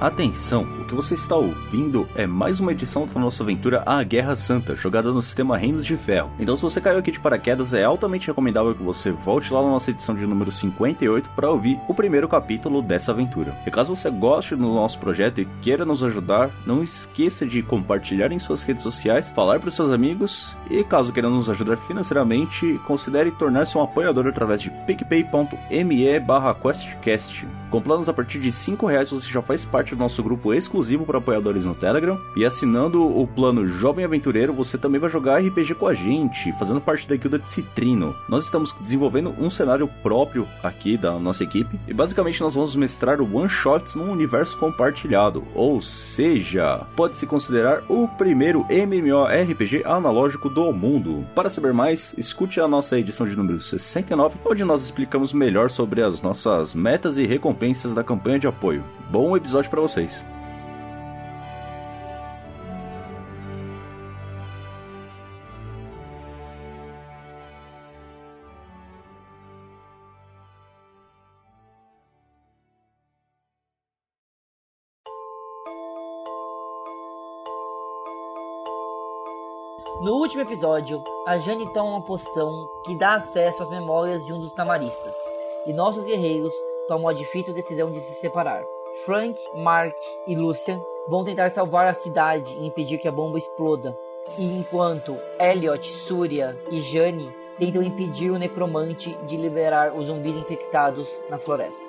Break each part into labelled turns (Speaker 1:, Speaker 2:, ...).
Speaker 1: Atenção, o que você está ouvindo é mais uma edição da nossa aventura A Guerra Santa, jogada no sistema Reinos de Ferro. Então, se você caiu aqui de paraquedas, é altamente recomendável que você volte lá na nossa edição de número 58 para ouvir o primeiro capítulo dessa aventura. E caso você goste do nosso projeto e queira nos ajudar, não esqueça de compartilhar em suas redes sociais, falar para os seus amigos e caso queira nos ajudar financeiramente, considere tornar-se um apoiador através de picpay.me barra questcast. Com planos a partir de R$ 5 reais você já faz parte do nosso grupo exclusivo para apoiadores no Telegram. E assinando o plano Jovem Aventureiro, você também vai jogar RPG com a gente, fazendo parte da guilda de Citrino. Nós estamos desenvolvendo um cenário próprio aqui da nossa equipe e basicamente nós vamos mestrar one-shots num universo compartilhado, ou seja, pode-se considerar o primeiro MMORPG analógico do mundo. Para saber mais, escute a nossa edição de número 69, onde nós explicamos melhor sobre as nossas metas e recompensas da campanha de apoio. Bom episódio para vocês!
Speaker 2: No último episódio, a Jane toma uma poção que dá acesso às memórias de um dos tamaristas, e nossos guerreiros tomam a difícil decisão de se separar. Frank, Mark e Lucian vão tentar salvar a cidade e impedir que a bomba exploda, e enquanto Elliot, Surya e Jane tentam impedir o necromante de liberar os zumbis infectados na floresta.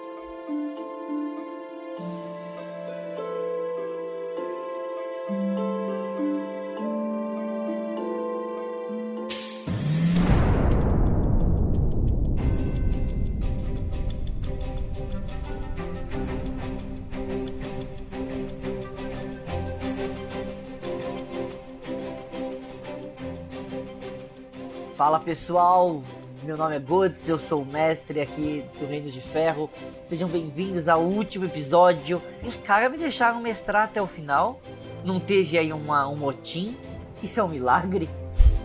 Speaker 2: Fala pessoal, meu nome é Godz, eu sou o mestre aqui do Reino de Ferro. Sejam bem-vindos ao último episódio. Os caras me deixaram mestrar até o final. Não teve aí uma, um motim. Isso é um milagre.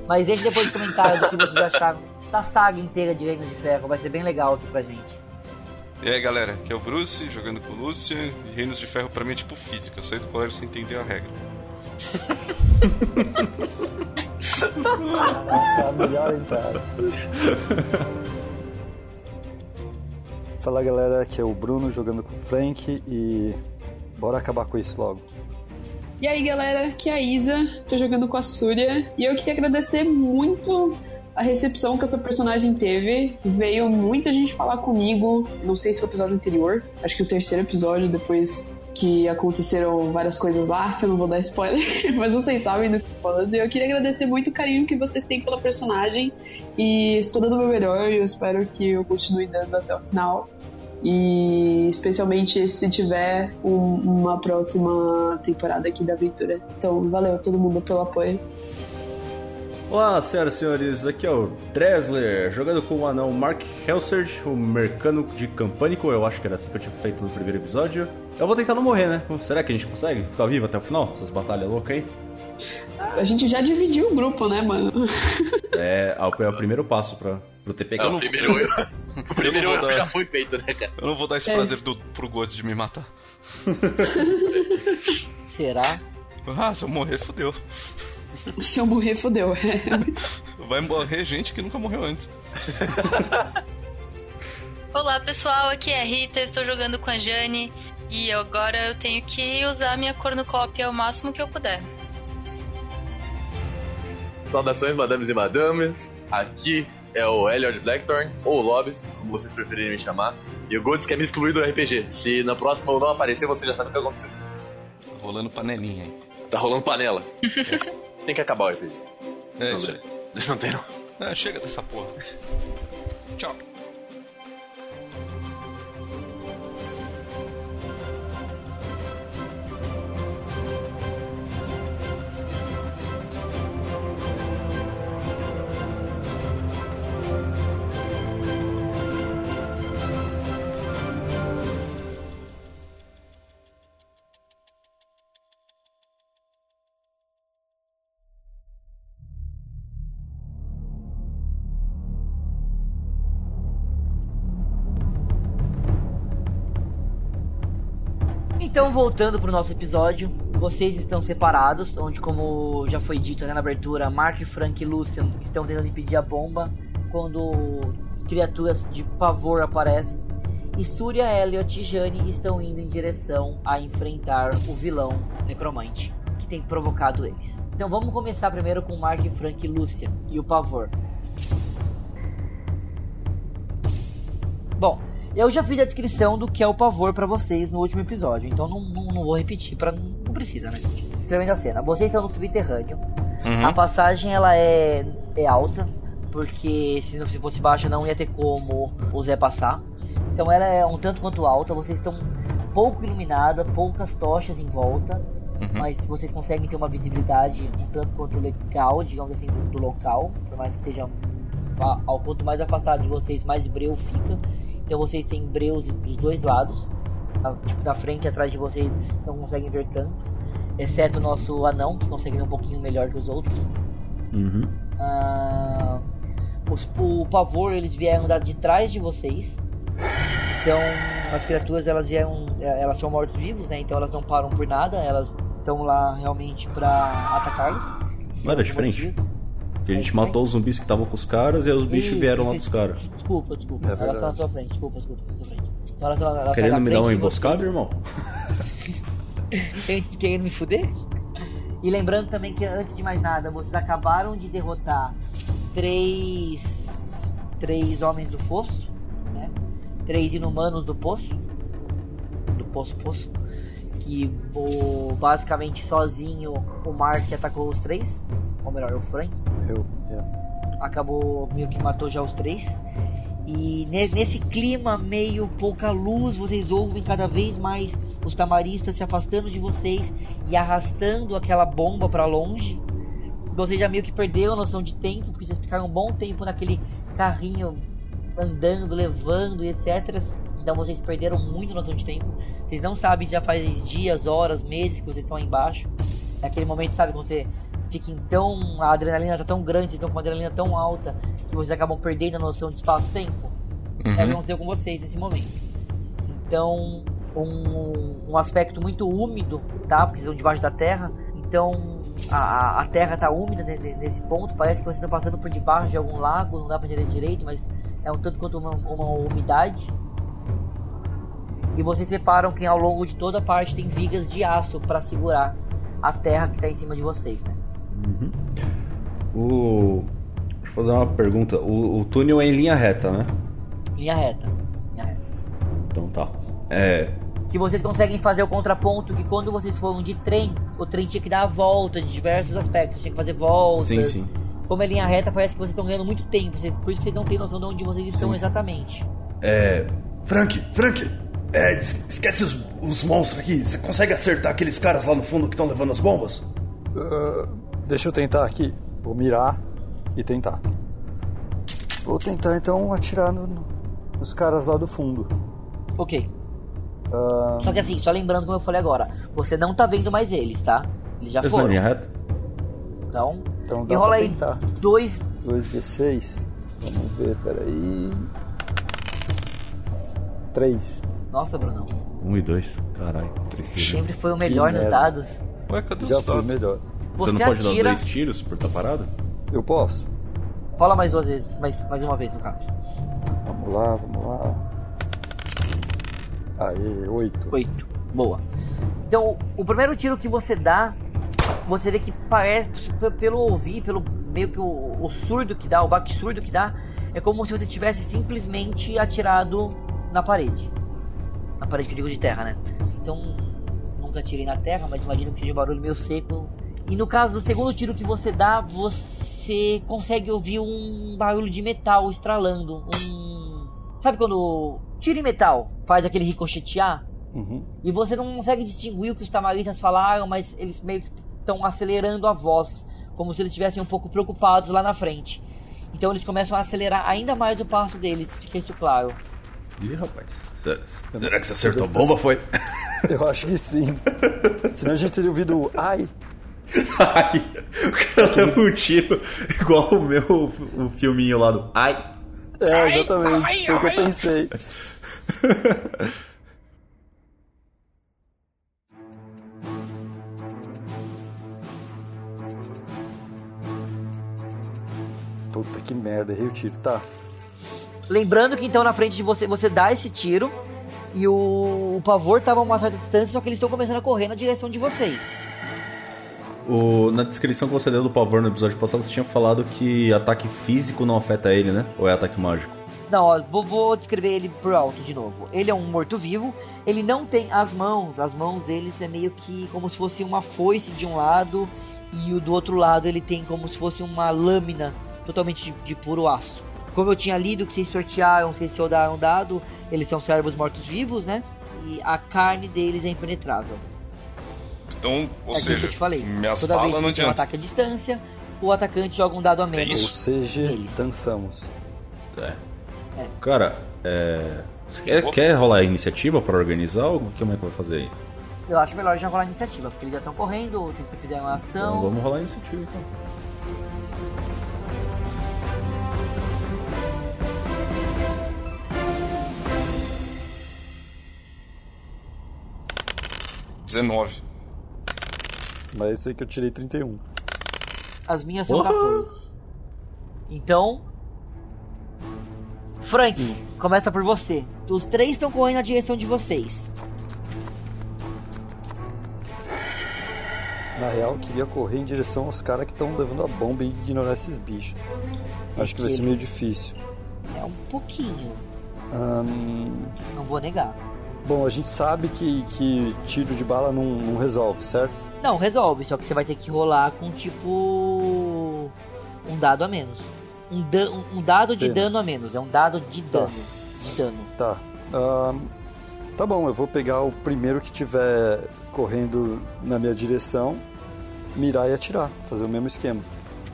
Speaker 2: Mas deixe depois os comentários o que vocês acharam da saga inteira de Reinos de Ferro. Vai ser bem legal aqui pra gente.
Speaker 3: E aí galera, aqui é o Bruce, jogando com o Lúcia. E Reinos de Ferro pra mim é tipo física, eu saí do colégio sem entender a regra.
Speaker 4: a melhor entrada. Fala galera, aqui é o Bruno jogando com o Frank e bora acabar com isso logo.
Speaker 5: E aí galera, aqui é a Isa, tô jogando com a Surya e eu queria agradecer muito a recepção que essa personagem teve. Veio muita gente falar comigo, não sei se foi o episódio anterior, acho que o terceiro episódio, depois que aconteceram várias coisas lá, que eu não vou dar spoiler, mas vocês sabem do que eu tô falando. E eu queria agradecer muito o carinho que vocês têm pela personagem e estou dando o meu melhor e eu espero que eu continue dando até o final. E especialmente se tiver um- uma próxima temporada aqui da aventura. Então, valeu a todo mundo pelo apoio.
Speaker 1: Olá, senhoras e senhores, aqui é o Dresler, jogando com o anão Mark Helserd, o mercânico de Campânico, eu acho que era assim que eu tinha feito no primeiro episódio. Eu vou tentar não morrer, né? Será que a gente consegue ficar vivo até o final? Essas batalhas loucas aí?
Speaker 5: A gente já dividiu o grupo, né, mano?
Speaker 1: É, é o primeiro passo pra, pro TPK.
Speaker 3: Eu
Speaker 6: É O
Speaker 3: não-
Speaker 6: primeiro erro, o primeiro
Speaker 3: vou
Speaker 6: erro
Speaker 3: dar.
Speaker 6: já foi feito, né, cara?
Speaker 3: Eu não vou dar esse
Speaker 5: É.
Speaker 3: prazer do, pro Gozo de me matar.
Speaker 2: Será?
Speaker 3: Ah, se eu morrer, fodeu.
Speaker 5: Se eu morrer, fodeu.
Speaker 3: Vai morrer gente que nunca morreu antes.
Speaker 7: Olá pessoal, aqui é a Rita, eu estou jogando com a Jane e agora eu tenho que usar minha cornucópia o máximo que eu puder.
Speaker 6: Saudações, madames e madames. Aqui é o Elliot Blackthorn, ou Lobis, como vocês preferirem me chamar. E o Golds quer me excluir do RPG. Se na próxima eu não aparecer, você já sabe o que aconteceu.
Speaker 3: Tá rolando panelinha aí.
Speaker 6: Tá rolando panela. Tem que acabar o RPG.
Speaker 3: É
Speaker 6: Não,
Speaker 3: isso aí.
Speaker 6: velho. Não tem não.
Speaker 3: Ah, chega dessa porra. Tchau.
Speaker 2: Então, voltando pro nosso episódio, vocês estão separados, onde, como já foi dito né, na abertura, Mark, Frank e Lucian estão tentando impedir a bomba quando criaturas de pavor aparecem. E Surya, Elliot e Jane estão indo em direção a enfrentar o vilão necromante que tem provocado eles. Então vamos começar primeiro com Mark, Frank e Lucian e o pavor. Bom, eu já fiz a descrição do que é o pavor pra vocês no último episódio, então não, não, não vou repetir para não precisa, né? gente? Descrevendo a cena. Vocês estão no subterrâneo.
Speaker 3: Uhum.
Speaker 2: A passagem ela é é alta porque se não se fosse baixa não ia ter como o Zé passar. Então ela é um tanto quanto alta. Vocês estão pouco iluminada, poucas tochas em volta, mas vocês conseguem ter uma visibilidade um tanto quanto legal, digamos assim, do, do local, por mais que esteja a- ao quanto mais afastado de vocês, mais breu fica. Então vocês têm breus dos dois lados. A- tipo, da frente e atrás de vocês não conseguem ver tanto. Exceto o nosso anão, que consegue ver um pouquinho melhor que os outros.
Speaker 1: Uhum.
Speaker 2: Ah, os- o pavor eles vieram da, de trás de vocês. Então as criaturas elas vieram, eh, elas são mortos vivos, né? Então elas não param por nada, elas estão lá realmente pra atacá-los.
Speaker 1: Não era de
Speaker 2: Por algum
Speaker 1: frente?
Speaker 2: motivo.
Speaker 1: é Porque a gente
Speaker 2: Aí
Speaker 1: matou os zumbis que estavam com os caras e aí os bichos
Speaker 2: Isso,
Speaker 1: vieram lá
Speaker 2: isso,
Speaker 1: dos caras.
Speaker 2: Desculpa, desculpa.
Speaker 4: É
Speaker 2: elas
Speaker 4: verdade.
Speaker 2: estão na sua frente. Desculpa, desculpa, na sua frente. Então, elas, elas, elas
Speaker 1: Querendo
Speaker 2: saem
Speaker 1: me
Speaker 2: da
Speaker 1: dar um uma
Speaker 2: frente de
Speaker 1: emboscada,
Speaker 2: vocês.
Speaker 1: irmão?
Speaker 2: Querendo- Querendo me fuder? E lembrando também que antes de mais nada, vocês acabaram de derrotar três. três homens do fosso, né? Três inumanos do poço. Do poço poço. Que o, basicamente sozinho o Mark atacou os três. Ou melhor, o Frank
Speaker 4: Eu. é.
Speaker 2: acabou meio que matou já os três. E ne- nesse clima meio pouca luz, vocês ouvem cada vez mais os tamaristas se afastando de vocês e arrastando aquela bomba pra longe. Vocês já meio que perderam a noção de tempo, porque vocês ficaram um bom tempo naquele carrinho andando, levando e etc. Então vocês perderam muito a noção de tempo. Vocês não sabem, já faz dias, horas, meses que vocês estão aí embaixo. É aquele momento, sabe, quando você fica tão. A adrenalina tá tão grande, vocês estão com uma adrenalina tão alta que vocês acabam perdendo a noção de espaço-tempo. É o
Speaker 3: Uhum.
Speaker 2: que aconteceu com vocês nesse momento. Então, um, um aspecto muito úmido, tá? Porque vocês estão debaixo da terra. Então, a, a- a terra tá úmida ne- ne- nesse ponto. Parece que vocês estão passando por debaixo de algum lago, não dá pra entender direito, mas é um tanto quanto uma, uma umidade. E vocês separam que ao longo de toda a parte tem vigas de aço pra segurar a terra que tá em cima de vocês, né?
Speaker 1: O... Deixa eu fazer uma pergunta. O, o túnel é em linha reta, né?
Speaker 2: Linha reta. Linha reta.
Speaker 1: Então tá. É.
Speaker 2: que vocês conseguem fazer o contraponto que quando vocês foram de trem, o trem tinha que dar a volta de diversos aspectos, tinha que fazer voltas.
Speaker 1: Sim, sim.
Speaker 2: Como é linha reta, parece que vocês estão ganhando muito tempo, vocês- por isso que vocês não têm noção de onde vocês estão
Speaker 1: Sim.
Speaker 2: exatamente.
Speaker 1: É. Frank, Frank! É, es- esquece os, os monstros aqui. Você consegue acertar aqueles caras lá no fundo que estão levando as bombas?
Speaker 4: Uh, Deixa eu tentar aqui. Vou mirar e tentar. Vou tentar então atirar no- no- nos caras lá do fundo.
Speaker 2: Ok. Só que assim, só lembrando como eu falei agora, você não tá vendo mais eles, tá? Eles já
Speaker 1: Eles estão em
Speaker 2: foram.
Speaker 1: linha reta?
Speaker 2: Então,
Speaker 4: Então dá
Speaker 2: enrola
Speaker 4: pra
Speaker 2: aí
Speaker 4: tentar.
Speaker 2: dois.
Speaker 4: 2d6. Vamos ver, peraí. 3.
Speaker 2: Nossa, Brunão.
Speaker 1: Um e dois. Caralho, tristeza.
Speaker 2: Sempre foi o melhor nos
Speaker 4: merda.
Speaker 2: dados.
Speaker 3: Ué, cadê
Speaker 4: Já
Speaker 3: os
Speaker 4: foi
Speaker 3: dados?
Speaker 2: né?
Speaker 4: melhor.
Speaker 1: Você
Speaker 2: Você,
Speaker 1: não pode dar
Speaker 2: atira.
Speaker 1: dois tiros por estar parado?
Speaker 4: Eu posso?
Speaker 2: Rola mais duas vezes, mais, mais uma vez no caso.
Speaker 4: Vamos lá, vamos lá. Aê, 8.
Speaker 2: 8. Boa. Então, o primeiro tiro que você dá, você vê que parece, p- pelo ouvir, pelo meio que o, o surdo que dá, o baque surdo que dá, é como se você tivesse simplesmente atirado na parede. Na parede que eu digo de terra, né? Então, nunca atirei na terra, mas imagino que seja um barulho meio seco. E no caso do segundo tiro que você dá, você consegue ouvir um barulho de metal estralando. Um. Sabe quando tiro em metal faz aquele ricochetear? E você não consegue distinguir o que os tamaristas falaram, mas eles meio que estão acelerando a voz, como se eles estivessem um pouco preocupados lá na frente. Então eles começam a acelerar ainda mais o passo deles, fica isso claro.
Speaker 1: Ih, rapaz. Será, será que você acertou a bomba? Foi.
Speaker 4: Eu acho que sim. Senão a gente teria ouvido o ai.
Speaker 1: Ai, o cara leva um tiro igual o meu o filminho lá do Ai.
Speaker 4: É, exatamente. Foi o que eu pensei. que merda, errei o tiro. Tá.
Speaker 2: Lembrando que então na frente de você, você dá esse tiro e o, o pavor tava a uma certa distância, só que eles estão começando a correr na direção de vocês.
Speaker 1: O- na descrição que você deu do pavor no episódio passado, você tinha falado que ataque físico não afeta ele, né? Ou é ataque mágico?
Speaker 2: Não, ó, vou, vou descrever ele por alto de novo. Ele é um morto-vivo, ele não tem as mãos, as mãos dele é meio que como se fosse uma foice de um lado e o do outro lado ele tem como se fosse uma lâmina totalmente de, de puro aço. Como eu tinha lido que vocês sortearam, vocês soldaram dado, eles são servos mortos-vivos, né? E a carne deles é impenetrável.
Speaker 3: Então, ou
Speaker 2: é aquilo que
Speaker 3: seja,
Speaker 2: eu te falei.
Speaker 3: minhas
Speaker 2: Toda vez
Speaker 3: balas
Speaker 2: que
Speaker 3: não
Speaker 2: tem um
Speaker 3: adianta.
Speaker 2: ataque à distância, o atacante joga um dado a menos.
Speaker 4: Ou
Speaker 3: Isso.
Speaker 4: seja,
Speaker 2: Eles.
Speaker 4: dançamos.
Speaker 1: Cara, é. Você quer, quer rolar a iniciativa pra organizar ou como é que vai fazer aí?
Speaker 2: Eu acho melhor já rolar a iniciativa, porque eles já estão correndo, ou sempre fizeram uma
Speaker 1: Então
Speaker 2: ação.
Speaker 1: vamos rolar a iniciativa então.
Speaker 3: Não... 19.
Speaker 4: Mas sei que eu tirei 31.
Speaker 2: As minhas são
Speaker 1: Porra!
Speaker 2: 14. Então. Frank,
Speaker 4: Hum.
Speaker 2: começa por você. Os três estão correndo na direção de vocês.
Speaker 4: Na real, eu queria correr em direção aos caras que estão levando a bomba e ignorar esses bichos. Acho que vai ser meio difícil.
Speaker 2: É um pouquinho,
Speaker 4: Ahn,
Speaker 2: não vou negar.
Speaker 4: bom, a gente sabe que, que tiro de bala não, não resolve, certo?
Speaker 2: Não, resolve, só que você vai ter que rolar com tipo. Um dado a menos. Um, dan- um- um dado de
Speaker 4: Pena.
Speaker 2: dano a menos, é um dado de
Speaker 4: Tá.
Speaker 2: dano. De dano.
Speaker 4: Tá. Ahn, tá bom, eu vou pegar o primeiro que tiver correndo na minha direção, mirar e atirar, fazer o mesmo esquema.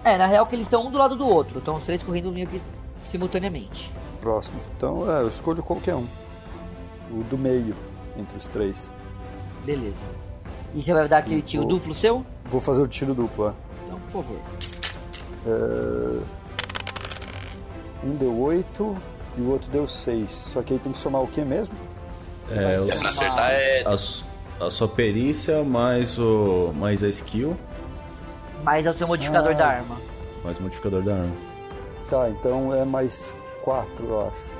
Speaker 2: É, na real que eles estão um do lado do outro, estão os três correndo meio que simultaneamente.
Speaker 4: Próximo. Então, é, eu escolho qualquer um. O do meio, entre os três.
Speaker 2: Beleza. E você vai dar aquele tiro
Speaker 4: Vou.
Speaker 2: duplo seu?
Speaker 4: Vou fazer o tiro duplo, é.
Speaker 2: Então, por favor.
Speaker 4: Um deu 8 e o outro deu 6. Só que aí tem que somar o que mesmo?
Speaker 1: É,
Speaker 2: Vai
Speaker 6: É
Speaker 1: os-
Speaker 6: pra
Speaker 2: somar-
Speaker 6: acertar é.
Speaker 1: a, su- a sua perícia mais o. mais a skill,
Speaker 2: Mais é o seu modificador
Speaker 4: Ah.
Speaker 2: da arma.
Speaker 1: mais o modificador da arma.
Speaker 4: Tá, então é mais 4, eu acho.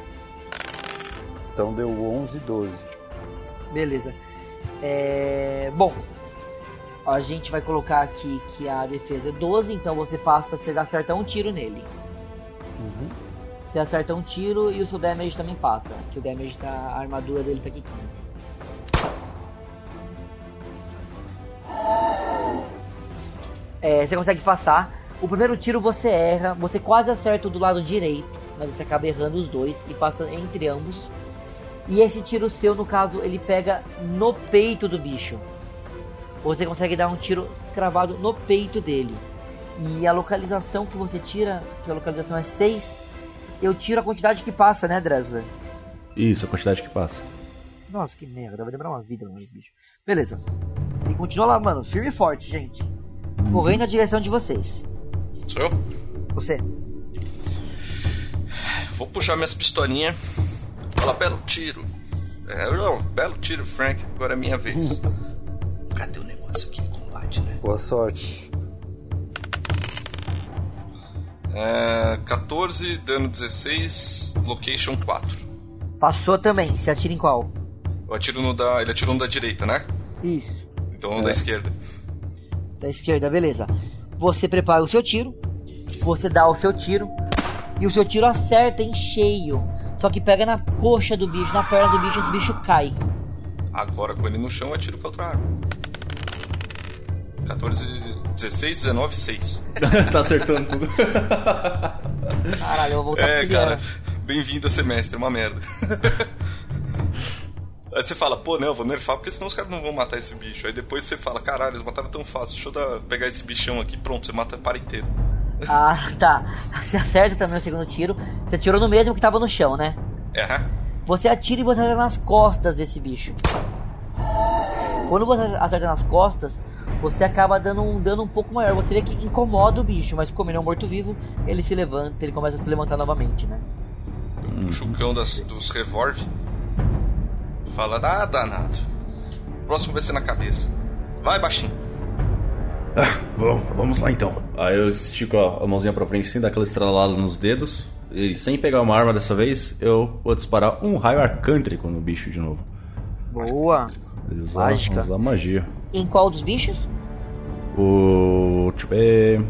Speaker 4: Então deu 11 e 12.
Speaker 2: Beleza. É... Bom, a gente vai colocar aqui que a defesa é 12, então você passa, você acerta um tiro nele. Você acerta um tiro e o seu damage também passa, que o damage da a armadura dele tá aqui 15. É, você consegue passar. O primeiro tiro você erra, você quase acerta o do lado direito, mas você acaba errando os dois e passa entre ambos. E esse tiro seu, no caso, ele pega no peito do bicho. Você consegue dar um tiro escravado no peito dele. E a localização que você tira, que a localização é 6, eu tiro a quantidade que passa, né, Dresler?
Speaker 1: Isso, a quantidade que passa.
Speaker 2: Nossa, que merda, vai demorar uma vida não esse bicho. Beleza. E continua lá, mano, firme e forte, gente. Correndo na direção de vocês.
Speaker 3: Sou eu?
Speaker 2: Você.
Speaker 3: Vou puxar minhas pistolinhas. Fala, belo tiro. É, não, belo tiro, Frank. Agora é minha vez. Cadê o negócio aqui? Combate, né?
Speaker 4: Boa sorte.
Speaker 3: É, 14, dano 16, location 4.
Speaker 2: Passou também, você atira em qual?
Speaker 3: Eu atiro no da. Ele atirou no da direita, né?
Speaker 2: Isso.
Speaker 3: Então no da esquerda.
Speaker 2: Da esquerda, beleza. Você prepara o seu tiro, você dá o seu tiro, e o seu tiro acerta em cheio. Só que pega na coxa do bicho, na perna do bicho, esse bicho cai.
Speaker 3: Agora com ele no chão, eu atiro com a outra arma. 14, 16, 19, 6.
Speaker 1: tá acertando tudo.
Speaker 2: Caralho, eu vou voltar
Speaker 3: É,
Speaker 2: pro Guilherme.
Speaker 3: cara, bem-vindo a semestre, é uma merda. Aí você fala, pô, não, eu vou nerfar porque senão os caras não vão matar esse bicho. Aí depois você fala, caralho, eles mataram tão fácil, deixa eu dar- pegar esse bichão aqui, pronto, você mata a para inteiro.
Speaker 2: Ah, tá. Você acerta também o segundo tiro. Você atirou no mesmo que tava no chão, né?
Speaker 3: É, aham.
Speaker 2: Você atira e você acerta nas costas desse bicho. Quando você acerta nas costas, você acaba dando um dano um pouco maior. Você vê que incomoda o bicho, mas como ele é um morto-vivo, ele se levanta, ele começa a se levantar novamente, né?
Speaker 1: Uhum.
Speaker 3: o chucão das- dos revólver. Fala, ah, danado. O próximo vai ser na cabeça. Vai, baixinho.
Speaker 1: Bom, vamos lá então. Aí eu estico a a mãozinha pra frente, sem dar aquela estralada nos dedos. E sem pegar uma arma dessa vez, eu vou disparar um raio arcântrico no bicho de novo.
Speaker 2: Boa.
Speaker 1: Ele usa-
Speaker 2: Mágica.
Speaker 1: usa magia.
Speaker 2: Em qual dos bichos?
Speaker 1: O. Deixa eu ver.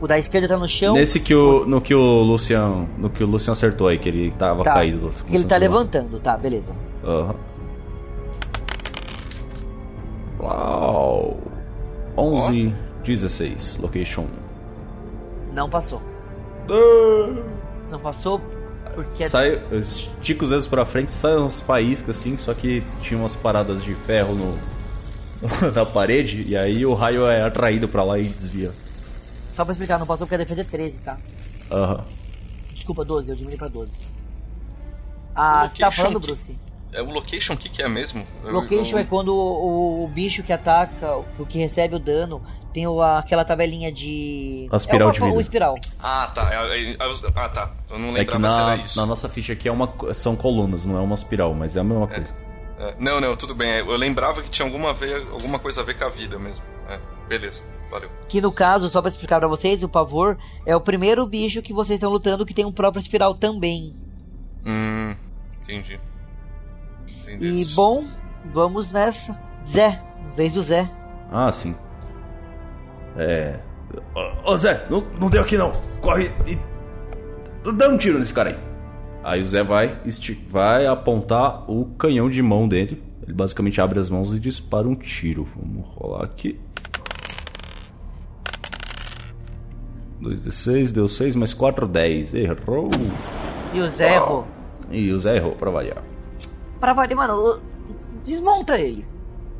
Speaker 2: O da esquerda tá no chão.
Speaker 1: Nesse que o. No que o Lucian. No que o Lucian acertou aí, que ele tava
Speaker 2: Tá.
Speaker 1: caído.
Speaker 2: Que ele tá levantando, tá, beleza.
Speaker 1: Aham. Uau! 11, 16, location. um.
Speaker 2: Não passou. Não passou porque é
Speaker 1: Sai, eu estico os dedos pra frente, saem umas faíscas assim, só que tinha umas paradas de ferro no, na parede, e aí o raio é atraído pra lá e desvia.
Speaker 2: Só pra explicar, não passou porque a defesa é 13, tá?
Speaker 1: Aham.
Speaker 2: Desculpa, 12, eu diminui pra 12. Ah, você tá
Speaker 3: Location
Speaker 2: falando,
Speaker 3: que-
Speaker 2: Bruce?
Speaker 3: É o location, o que, que é mesmo? Eu-
Speaker 2: Location
Speaker 3: eu-
Speaker 2: é quando o, o- o bicho que ataca, o- o que recebe o dano, tem o- aquela tabelinha de.
Speaker 1: A espiral
Speaker 2: é
Speaker 1: de
Speaker 2: pa-
Speaker 1: vida.
Speaker 2: O espiral.
Speaker 3: Ah, tá. é- é- Ah, tá. Eu não
Speaker 1: É que
Speaker 3: lembrava se
Speaker 1: na,
Speaker 3: era isso.
Speaker 1: na nossa ficha aqui é uma, co- são colunas, não é uma espiral, mas é a mesma coisa.
Speaker 3: É, Não, não, tudo bem. Eu lembrava que tinha alguma, veia, alguma coisa a ver com a vida mesmo. É, beleza, valeu.
Speaker 2: Que no caso, só pra explicar pra vocês, o pavor é o primeiro bicho que vocês estão lutando que tem um próprio espiral também.
Speaker 3: Hum, entendi. entendi
Speaker 2: E bom, vamos nessa. Zé, vez do Zé.
Speaker 1: Ah, sim. É. Ô, ô, Zé, não, não deu aqui não. Corre e. Dá um tiro nesse cara aí. Aí o Zé vai, esti- vai apontar o canhão de mão dele. Ele basicamente abre as mãos e dispara um tiro. Vamos rolar aqui. 2d6, deu 6, mais 4, 10. Errou.
Speaker 2: E o Zé, pô.
Speaker 1: E o Zé errou pra variar.
Speaker 2: Pra valer, mano, desmonta ele.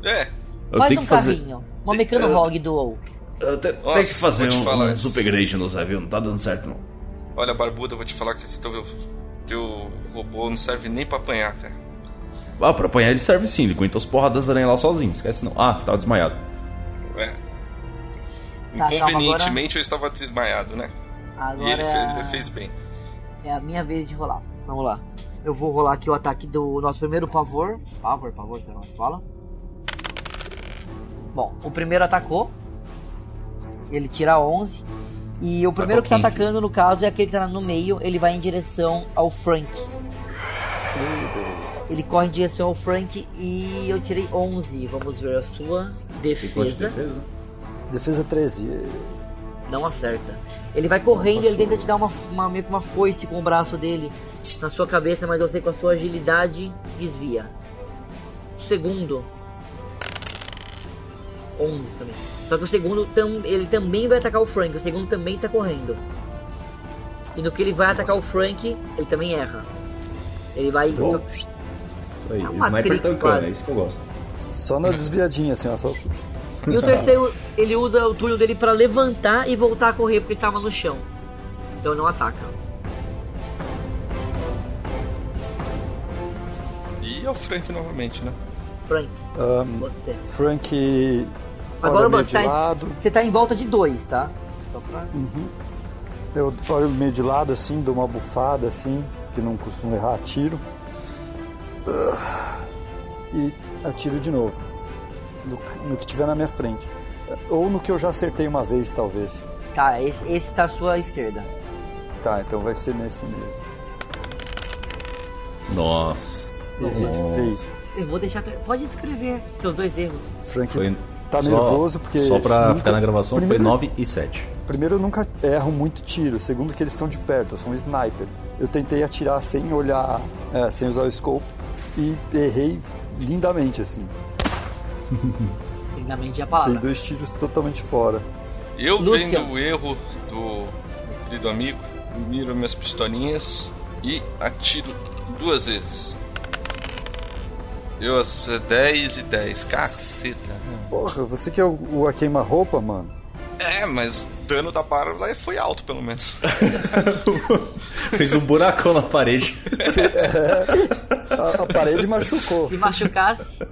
Speaker 3: É,
Speaker 1: Eu
Speaker 2: Faz
Speaker 1: tenho
Speaker 2: um
Speaker 1: que fazer-
Speaker 2: carrinho. Uma mecano hog do WoW.
Speaker 1: Eu te-
Speaker 3: Nossa,
Speaker 1: tenho que fazer
Speaker 3: vou te
Speaker 1: um,
Speaker 3: falar
Speaker 1: um
Speaker 3: isso.
Speaker 1: upgrade no Zé, viu? Não tá dando certo não.
Speaker 3: olha, Barbuda, eu vou te falar que esse teu, teu robô não serve nem pra apanhar, cara.
Speaker 1: Ah, pra apanhar ele serve sim, ele aguenta as porradas das aranhas lá sozinho, esquece não. Ah, você tava desmaiado.
Speaker 3: É.
Speaker 2: Tá, calma,
Speaker 3: Inconvenientemente eu estava desmaiado, né?
Speaker 2: Agora
Speaker 3: E ele fe- ele fez, bem.
Speaker 2: é a minha vez de rolar. Vamos lá. Eu vou rolar aqui o ataque do nosso primeiro pavor. Pavor, pavor, sei lá como fala. Bom, o primeiro atacou. Ele tira 11. E o primeiro que tá
Speaker 1: quem?
Speaker 2: atacando, no caso, é aquele que tá no meio. Ele vai em direção ao Frank. Ele corre em direção ao Frank e eu tirei 11. Vamos ver a sua defesa.
Speaker 4: Defesa 13.
Speaker 2: Não acerta. Ele vai correndo e ele tenta te dar uma, uma- meio que uma foice com o braço dele na sua cabeça, mas você com a sua agilidade desvia. O segundo. 11 também. Só que o segundo tam- ele também vai atacar o Frank. O segundo também tá correndo. E no que ele vai atacar o Frank, ele também erra. Ele vai.
Speaker 1: Bom. Isso
Speaker 4: Tá
Speaker 1: aí,
Speaker 2: É uma
Speaker 1: sniper
Speaker 2: Matrix
Speaker 1: tancando,
Speaker 2: quase.
Speaker 1: é isso que eu gosto.
Speaker 4: Só na desviadinha, assim, ó. Só...
Speaker 2: E o terceiro, ele usa o túnel dele pra levantar e voltar a correr porque ele tava no chão. Então não ataca.
Speaker 3: E é o Frank novamente, né?
Speaker 2: Frank,
Speaker 4: Ahn,
Speaker 2: você.
Speaker 4: Frank.
Speaker 2: Agora
Speaker 4: olha meio
Speaker 2: você
Speaker 4: de
Speaker 2: tá,
Speaker 4: lado.
Speaker 2: em, você tá em volta de dois, tá? Só pra...
Speaker 4: Eu olho meio de lado assim, dou uma bufada assim, que não costumo errar tiro. E atiro de novo. No, no que tiver na minha frente. Ou no que eu já acertei uma vez, talvez.
Speaker 2: Tá, esse, esse tá à sua esquerda.
Speaker 4: Tá, então vai ser nesse mesmo.
Speaker 1: Nossa.
Speaker 4: Errei feio.
Speaker 2: Eu vou deixar. até- Pode escrever seus dois erros.
Speaker 4: Frank
Speaker 1: Foi-
Speaker 4: tá
Speaker 1: só-
Speaker 4: nervoso porque.
Speaker 1: Só pra
Speaker 4: nunca-
Speaker 1: ficar na gravação,
Speaker 4: primeiro,
Speaker 1: foi 9 e 7.
Speaker 4: Primeiro, eu nunca erro muito tiro. Segundo, que eles estão de perto, eu sou um sniper. Eu tentei atirar sem olhar, é, sem usar o scope. E errei lindamente, assim.
Speaker 2: Lindamente a
Speaker 4: Tem
Speaker 2: palavra.
Speaker 4: dois tiros totalmente fora.
Speaker 3: Eu
Speaker 2: Lúcia.
Speaker 3: vendo o erro do meu querido amigo, miro minhas pistolinhas e atiro duas vezes. Eu as 10 e 10, caceta.
Speaker 4: Porra, você que é o, o a queima-roupa, mano?
Speaker 3: É, mas o dano da barra lá foi alto, pelo menos.
Speaker 1: Fez um buracão na parede.
Speaker 4: A, a parede machucou.
Speaker 2: Se machucasse.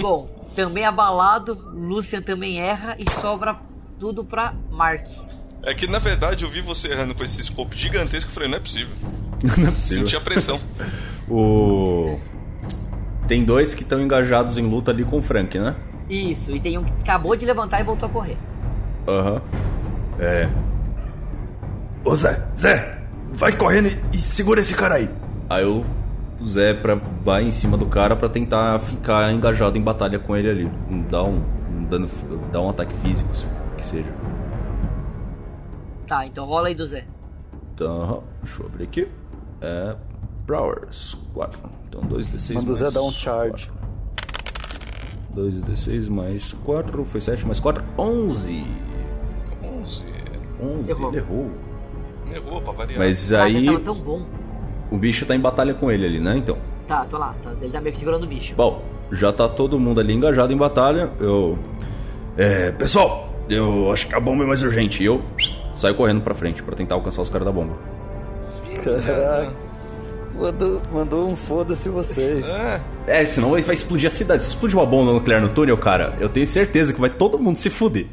Speaker 2: Bom, também abalado, Lucian também erra e sobra tudo pra Mark.
Speaker 3: É que na verdade eu vi você errando com esse scope gigantesco eu falei, não é possível. Senti a pressão.
Speaker 1: O. Tem dois que estão engajados em luta ali com o Frank, né?
Speaker 2: Isso, e tem um que acabou de levantar e voltou a correr.
Speaker 1: Aham. É.
Speaker 8: Ô Zé, Zé, vai correndo e, e segura esse cara aí.
Speaker 1: Aí o o Zé pra, vai em cima do cara pra tentar ficar engajado em batalha com ele ali. Dá um, um dano, fí- dá um ataque físico, se- que seja.
Speaker 2: Tá, então rola aí do Zé.
Speaker 1: Então, deixa eu abrir aqui. É. Prowers, 4. Então 2d6
Speaker 4: Manda o
Speaker 1: mais.
Speaker 4: Zé dar um charge.
Speaker 1: 2d6 mais 4, foi 7 mais 4, 11.
Speaker 3: 11.
Speaker 1: 11,
Speaker 2: Errou.
Speaker 1: ele errou.
Speaker 3: Errou né? pra variar.
Speaker 4: Tá
Speaker 1: Mas
Speaker 2: Caraca,
Speaker 1: aí
Speaker 2: Tá, tava tão bom.
Speaker 1: o bicho tá em batalha com ele ali, né? Então.
Speaker 2: Tá, tô lá. Tá, ele tá meio que segurando o bicho.
Speaker 1: Bom, já tá todo mundo ali engajado em batalha. Eu.
Speaker 8: É, pessoal,
Speaker 1: Eu acho que a bomba é mais urgente. E eu saio correndo pra frente pra tentar alcançar os caras da bomba.
Speaker 4: Caraca. Mandou, mandou um foda-se vocês.
Speaker 3: Ah,
Speaker 1: É, senão vai vai explodir a cidade. Se explodir uma bomba nuclear no túnel, cara, eu tenho certeza que vai todo mundo se fuder.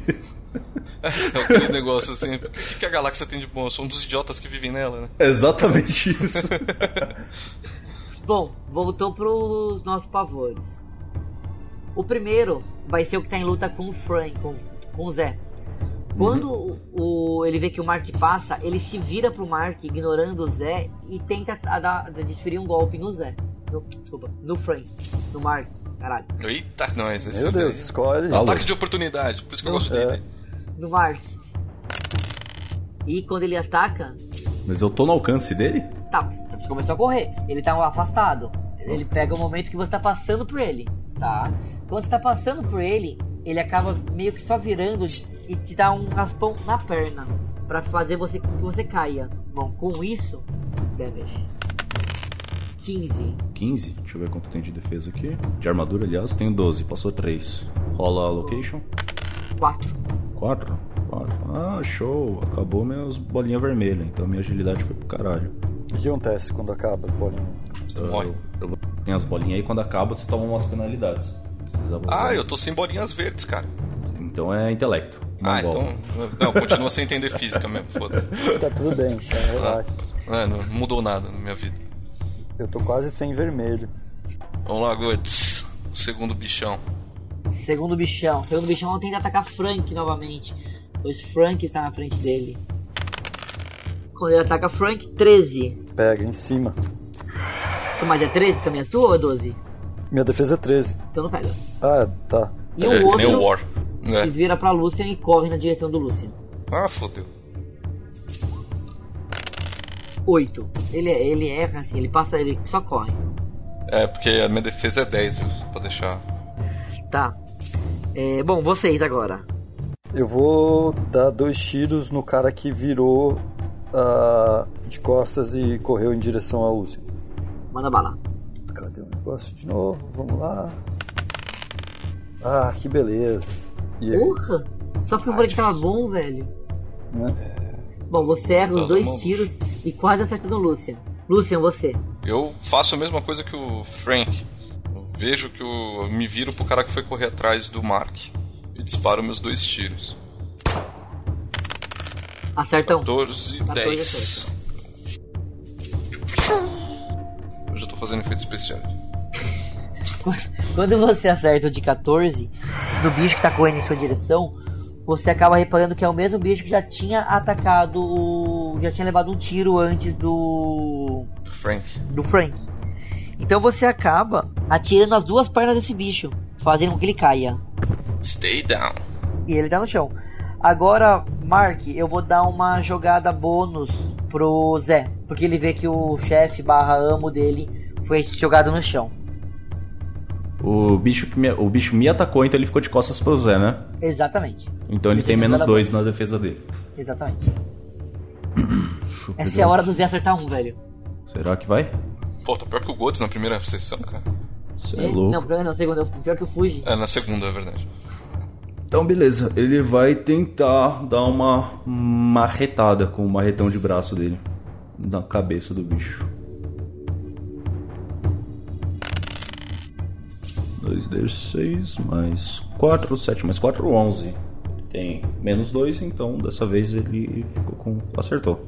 Speaker 3: é aquele negócio assim. O que que a galáxia tem de bom? Eu sou um dos idiotas que vivem nela, né?
Speaker 1: Exatamente isso.
Speaker 2: Bom, voltou pros nossos pavores. O primeiro vai ser o que tá em luta com o Frank, com, com o Zé. Quando o, o- ele vê que o Mark passa, ele se vira pro Mark, ignorando o Zé, e tenta a dar- desferir um golpe no Zé. No, desculpa, no Frank. No Mark, caralho.
Speaker 3: Eita, nós. né? esse
Speaker 4: Meu Deus, escolhe.
Speaker 1: Alô.
Speaker 3: Ataque de oportunidade, por isso que eu gosto dele.
Speaker 2: No Mark. E quando ele ataca,
Speaker 1: Mas eu tô no alcance dele?
Speaker 2: Tá, você começou a correr. Ele tá afastado. Ele pega o momento que você tá passando por ele, tá? Quando você tá passando por ele, ele acaba meio que só virando e te dá um raspão na perna Pra fazer você com que você caia. Bom, com isso, damage. 15.
Speaker 1: 15. Deixa eu ver quanto tem de defesa aqui. De armadura, aliás, tenho 12. Passou 3. Rola a location.
Speaker 2: 4.
Speaker 1: 4? 4. Ah, show. Acabou minhas bolinhas vermelhas. Então minha agilidade foi pro caralho.
Speaker 4: O que acontece quando acaba as bolinhas?
Speaker 3: Você
Speaker 1: Eu,
Speaker 3: morre.
Speaker 1: eu, vou- tem as bolinhas aí. Quando acaba, você toma umas penalidades. Precisa-
Speaker 3: Ah, eu tô sem bolinhas verdes, cara.
Speaker 1: Então é intelecto.
Speaker 3: Ah,
Speaker 1: Mongol.
Speaker 3: então. Não, continua sem entender física mesmo, foda
Speaker 4: Tá tudo bem, cara, relaxa.
Speaker 3: É, não mudou nada na minha vida.
Speaker 4: Eu tô quase sem vermelho.
Speaker 3: Vamos lá, Guts. O segundo bichão.
Speaker 2: Segundo bichão. Segundo bichão tenta atacar Frank novamente. Pois Frank está na frente dele. Quando ele ataca Frank, 13.
Speaker 4: Pega, em cima.
Speaker 2: Mas é 13 também a sua ou é 12?
Speaker 4: Minha defesa é 13.
Speaker 2: Então não pega.
Speaker 4: Ah, tá.
Speaker 2: E o
Speaker 3: é, que
Speaker 2: outro
Speaker 3: nem o War.
Speaker 2: se
Speaker 3: É.
Speaker 2: vira pra Lucian e corre na direção do Lucian.
Speaker 3: Ah, fodeu.
Speaker 2: 8. Ele, ele erra assim, ele passa, ele só corre.
Speaker 3: É, porque a minha defesa é 10, viu? Pra deixar.
Speaker 2: Tá. É, bom, vocês agora.
Speaker 4: Eu vou dar dois tiros no cara que virou ah, de costas e correu em direção à Lúcia.
Speaker 2: Manda bala.
Speaker 4: Cadê o negócio de novo? Vamos lá. Ah, que beleza. E aí,
Speaker 2: Porra! Só porque eu falei que tava bom, velho.
Speaker 4: né?
Speaker 2: Bom, você erra os
Speaker 3: Tá,
Speaker 2: dois
Speaker 3: vamos.
Speaker 2: tiros e quase acerta no Lucian. Lucian, você.
Speaker 3: Eu faço a mesma coisa que o Frank. Eu vejo que o. eu me viro pro cara que foi correr atrás do Mark. E disparo meus dois tiros.
Speaker 2: Acertam.
Speaker 3: 14 e
Speaker 2: 14
Speaker 3: 10. Eu já tô fazendo efeito especial.
Speaker 2: Quando você acerta o de 14 do bicho que tá correndo em sua direção, você acaba reparando que é o mesmo bicho que já tinha atacado o. já tinha levado um tiro antes do.
Speaker 3: Frank.
Speaker 2: do Frank. Então você acaba atirando as duas pernas desse bicho, fazendo com que ele caia.
Speaker 3: Stay down.
Speaker 2: E ele tá no chão. Agora, Mark, eu vou dar uma jogada bônus pro Zé. Porque ele vê que o chefe barra amo dele foi jogado no chão.
Speaker 1: O bicho, que me, o bicho me atacou, então ele ficou de costas pro Zé, né?
Speaker 2: Exatamente.
Speaker 1: Então ele
Speaker 2: Você
Speaker 1: tem
Speaker 2: tem
Speaker 1: menos
Speaker 2: nada
Speaker 1: 2
Speaker 2: bom.
Speaker 1: na defesa dele.
Speaker 2: Exatamente. Essa é a hora do Zé acertar um, velho.
Speaker 1: Será que vai?
Speaker 3: Pô, tá pior que o Gotos na primeira sessão, cara.
Speaker 1: Você é
Speaker 2: Não,
Speaker 1: louco.
Speaker 2: Não, primeiro não, segundo. Pior que eu fugi.
Speaker 3: É, na segunda, é verdade.
Speaker 1: Então beleza, ele vai tentar dar uma marretada com o marretão de braço dele na cabeça do bicho. 2d6 mais 4, 7 mais 4, 11. Tem menos 2, então dessa vez ele ficou com. acertou.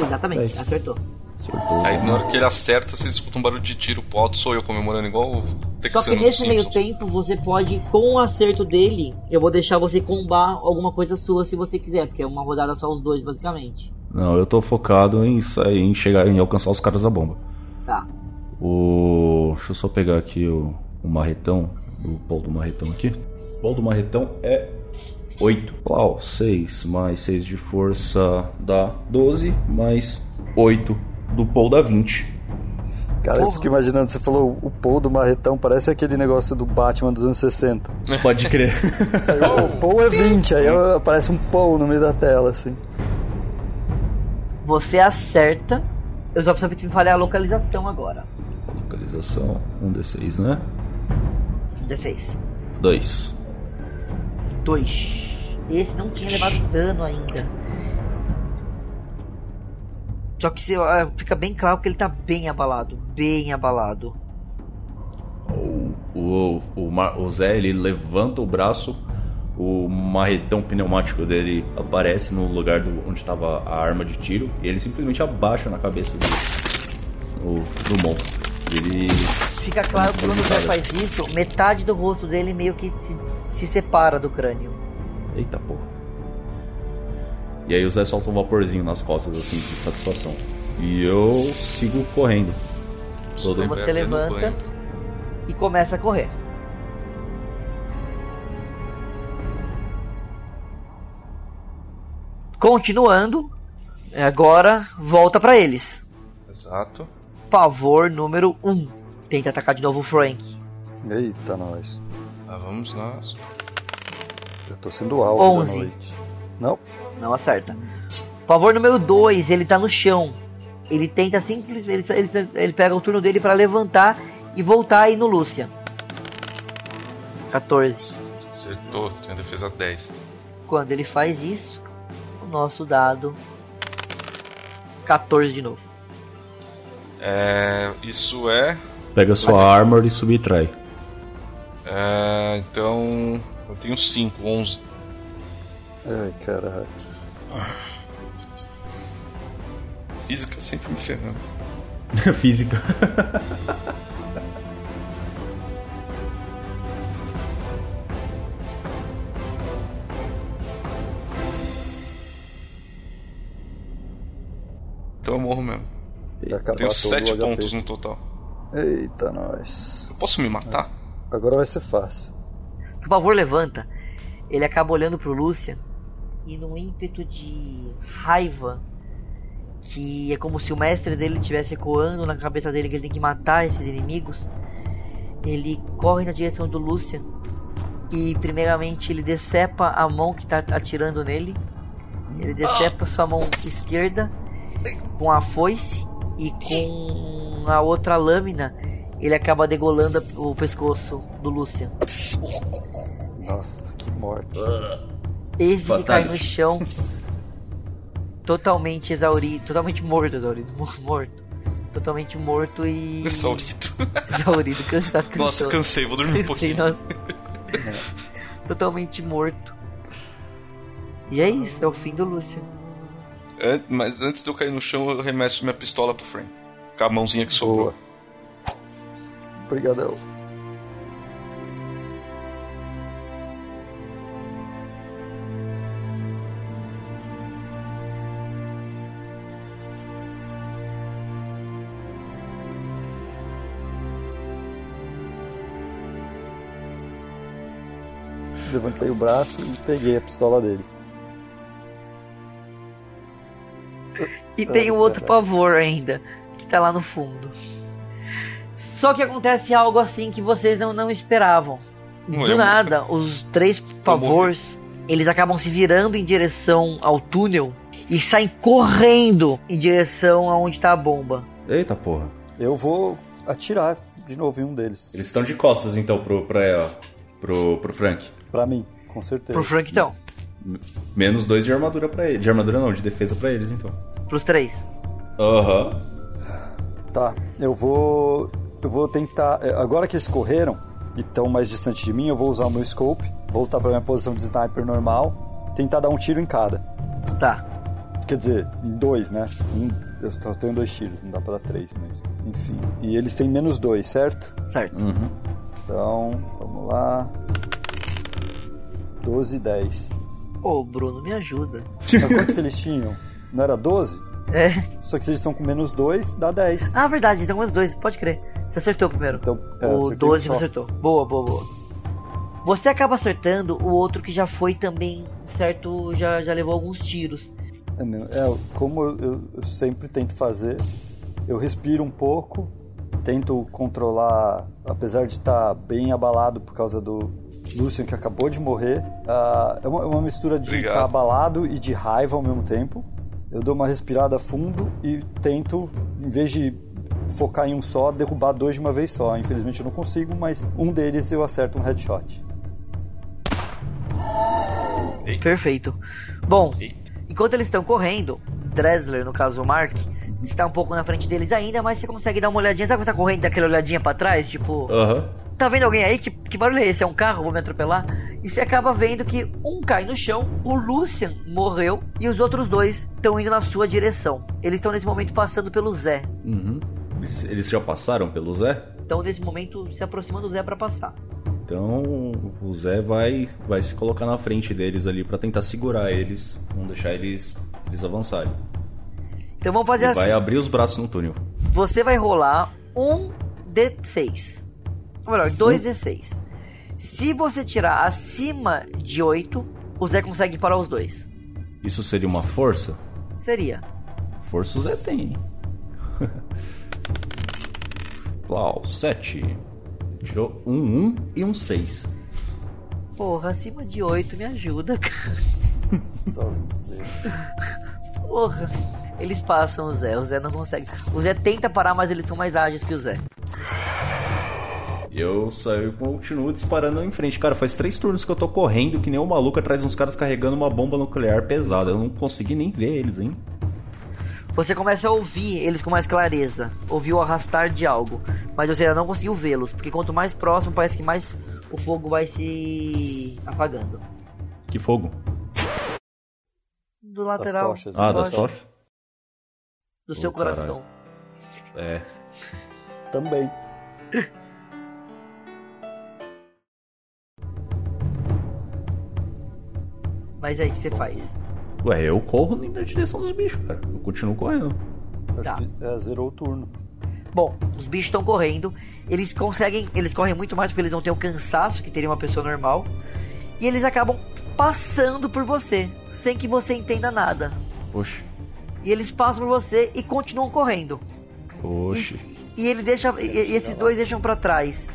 Speaker 1: É.
Speaker 2: Exatamente, acertou.
Speaker 1: Acertou.
Speaker 3: Aí na hora que ele acerta, vocês escutam um barulho de tiro pro alto, sou eu comemorando igual
Speaker 2: Só
Speaker 3: o
Speaker 2: que
Speaker 3: texano
Speaker 2: nesse
Speaker 3: dos
Speaker 2: meio
Speaker 3: Simpsons.
Speaker 2: tempo você pode, com o acerto dele, eu vou deixar você combar alguma coisa sua se você quiser, porque é uma rodada só os dois, basicamente.
Speaker 1: Não, eu tô focado em, sa- em chegar em alcançar os caras da bomba.
Speaker 2: Tá.
Speaker 1: O. Deixa eu só pegar aqui o, o marretão. O pau do marretão aqui. O pau do marretão é 8. Pau, 6 mais 6 de força dá 12, mais 8 do pau dá 20.
Speaker 4: Cara, eu
Speaker 2: Porra.
Speaker 4: fico imaginando, você falou o Paul do Marretão, parece aquele negócio do Batman dos anos 60.
Speaker 1: Pode crer.
Speaker 4: Aí, ó, o Paul é 20, aí ó, aparece um Paul no meio da tela, assim.
Speaker 2: Você acerta. Eu só preciso que me falhar a localização agora.
Speaker 1: Localização: 1d6, né?
Speaker 2: D6.
Speaker 1: 2.
Speaker 2: 2. Esse não tinha levado dano ainda. Só que se- ah, fica bem claro que ele tá bem abalado. Bem abalado.
Speaker 1: O, o, o, Mar- o Zé ele levanta o braço, o marretão pneumático dele aparece no lugar do, onde estava a arma de tiro e ele simplesmente abaixa na cabeça do, o, do Mon. Ele.
Speaker 2: Fica claro que quando o Zé faz isso, metade do rosto dele meio que se, se separa do crânio.
Speaker 1: Eita porra. E aí o Zé solta um vaporzinho nas costas, assim, de satisfação. E eu sigo correndo. Todo
Speaker 2: Então você
Speaker 3: Vai até no
Speaker 2: levanta
Speaker 3: banho.
Speaker 2: e começa a correr. Continuando, agora volta pra eles.
Speaker 3: Exato.
Speaker 2: Pavor número 1. Um. Tenta atacar de novo o Frank.
Speaker 4: Eita, nós.
Speaker 3: Ah, vamos lá.
Speaker 4: Eu tô sendo alvo da
Speaker 2: Onze.
Speaker 4: noite. Não,
Speaker 2: Não acerta. Pavor número 2, ele tá no chão. Ele tenta simplesmente. Ele, ele, ele pega o turno dele pra levantar e voltar aí no Lúcia. 14.
Speaker 3: Acertou, tem a defesa 10.
Speaker 2: Quando ele faz isso, o nosso dado 14 de novo.
Speaker 3: É, isso é.
Speaker 1: Pega sua armor e subtrai.
Speaker 3: é, então. Eu tenho 5, 11.
Speaker 4: Ai, caralho.
Speaker 3: Física sempre me ferrando.
Speaker 1: Física.
Speaker 3: Então eu morro mesmo.
Speaker 4: Vai acabar
Speaker 3: Eu tenho
Speaker 4: todo o
Speaker 3: 7
Speaker 4: HP.
Speaker 3: pontos né? no total.
Speaker 4: Eita, nós.
Speaker 3: Eu posso me matar?
Speaker 4: Agora vai ser fácil.
Speaker 2: Por favor, levanta. Ele acaba olhando pro Lúcia e num ímpeto de raiva que é como se o mestre dele estivesse ecoando na cabeça dele que ele tem que matar esses inimigos. Ele corre na direção do Lúcia e primeiramente ele decepa a mão que tá atirando nele. Ele decepa sua mão esquerda com a foice e com a outra lâmina ele acaba degolando o pescoço do Lúcia.
Speaker 4: Nossa, que morte.
Speaker 2: Esse que cai
Speaker 1: Batalha.
Speaker 2: no chão, totalmente exaurido, totalmente morto, exaurido, mo- morto. Totalmente morto e.
Speaker 3: Exaurido.
Speaker 2: exaurido, cansado, cansado.
Speaker 3: Nossa, cansei, vou dormir um
Speaker 2: Cansei,
Speaker 3: pouquinho.
Speaker 2: nossa. totalmente morto. E é isso, é o fim do Lúcia.
Speaker 3: An- mas antes de eu cair no chão, eu remesso minha pistola pro Frank. Com a mãozinha que sobrou.
Speaker 4: Boa. Obrigadão. Levantei o braço e peguei a pistola dele.
Speaker 2: E tem o outro pavor ainda, que tá lá no fundo. Só que acontece algo assim que vocês não, não esperavam.
Speaker 3: Não
Speaker 2: Do
Speaker 3: é,
Speaker 2: nada, os três pavores, eles acabam se virando em direção ao túnel e saem correndo em direção aonde está a bomba.
Speaker 1: Eita porra.
Speaker 4: Eu vou atirar de novo em um deles.
Speaker 1: Eles estão de costas então pro, pra ela, pro, pro Frank.
Speaker 4: Pra mim, com certeza.
Speaker 2: Pro Frank então,
Speaker 1: Menos 2 de armadura para ele. De armadura não, de defesa pra eles então.
Speaker 2: pros três.
Speaker 1: Aham.
Speaker 4: Tá, eu vou. Eu vou tentar. é, Agora que eles correram e estão mais distante de mim, eu vou usar o meu scope, voltar pra minha posição de sniper normal, tentar dar um tiro em cada.
Speaker 2: Tá.
Speaker 4: Quer dizer, em dois, né? Um, eu só tenho dois tiros, não dá pra dar três mesmo. Enfim. E eles têm menos dois, certo?
Speaker 2: Certo.
Speaker 1: Uhum.
Speaker 4: Então, vamos lá. 12 e 10.
Speaker 2: Ô, Bruno, me ajuda.
Speaker 4: Mas quanto que eles tinham? Não era 12?
Speaker 2: É.
Speaker 4: Só que se eles estão com menos 2, dá 10.
Speaker 2: Ah, verdade, então os dois, pode crer. Você acertou primeiro.
Speaker 4: Então, é,
Speaker 2: o
Speaker 4: acertei um
Speaker 2: 12
Speaker 4: só.
Speaker 2: você acertou. Boa, boa, boa. Você acaba acertando o outro que já foi também, certo? Já, já levou alguns tiros.
Speaker 4: É, meu, é, como eu, eu- eu sempre tento fazer, eu respiro um pouco, tento controlar, apesar de estar bem abalado por causa do Lucian que acabou de morrer. ah, é, uma, é uma mistura de
Speaker 3: Obrigado.
Speaker 4: estar abalado e de raiva ao mesmo tempo. Eu dou uma respirada fundo e tento, em vez de focar em um só, derrubar dois de uma vez só. Infelizmente eu não consigo, mas um deles eu acerto um headshot.
Speaker 2: Perfeito. Bom,
Speaker 6: Eita.
Speaker 2: enquanto eles estão correndo, Dresler, no caso o Mark, está um pouco na frente deles ainda, mas você consegue dar uma olhadinha. Sabe quando você tá correndo, dá aquela olhadinha pra trás? Tipo,
Speaker 1: Aham.
Speaker 2: tá vendo alguém aí? Que, que barulho é esse? É um carro? Vou me atropelar? E você acaba vendo que um cai no chão, o Lucian morreu e os outros dois estão indo na sua direção. Eles estão nesse momento passando pelo Zé.
Speaker 1: Uhum. Eles- Eles já passaram pelo Zé?
Speaker 2: Estão nesse momento se aproximando do Zé pra passar.
Speaker 1: Então o Zé vai, vai se colocar na frente deles ali pra tentar segurar eles, não deixar eles, eles avançarem.
Speaker 2: Então vamos
Speaker 1: E
Speaker 2: fazer assim.
Speaker 1: vai abrir os braços no túnel.
Speaker 2: Você vai rolar um D6. Ou melhor, dois D6. Se você tirar acima de 8, o Zé consegue parar os dois.
Speaker 1: Isso seria uma força?
Speaker 2: Seria.
Speaker 1: Força o Zé tem. Plau, 7. Tirou um 1 e um 6.
Speaker 2: Porra, acima de 8 me ajuda, cara.
Speaker 4: Só os três.
Speaker 2: Porra. Eles passam o Zé, o Zé não consegue. O Zé tenta parar, mas eles são mais ágeis que o Zé.
Speaker 1: Eu saio e continuo disparando em frente. Cara, faz três turnos que eu tô correndo que nem um maluco atrás de uns caras carregando uma bomba nuclear pesada. Eu não consegui nem ver eles, hein?
Speaker 2: Você começa a ouvir eles com mais clareza, ouvir o arrastar de algo, mas você ainda não conseguiu vê-los, porque quanto mais próximo, parece que mais o fogo vai se apagando.
Speaker 1: Que fogo.
Speaker 2: Do lateral.
Speaker 4: tochas,
Speaker 1: Ah, das
Speaker 4: Tocha.
Speaker 1: tochas?
Speaker 2: do seu
Speaker 1: Ô,
Speaker 2: coração.
Speaker 1: É.
Speaker 4: Também.
Speaker 2: Mas é aí, o que você faz?
Speaker 1: Ué, eu corro na direção dos bichos, cara. Eu continuo correndo.
Speaker 4: Acho
Speaker 2: Tá.
Speaker 4: que é, zerou o turno.
Speaker 2: Bom, os bichos estão correndo. Eles conseguem. Eles correm muito mais porque eles não têm o cansaço que teria uma pessoa normal. E eles acabam passando por você, sem que você entenda nada.
Speaker 1: Oxi.
Speaker 2: E eles passam por você e continuam correndo.
Speaker 1: Oxi.
Speaker 2: E ele deixa. E, e esses dois deixam pra trás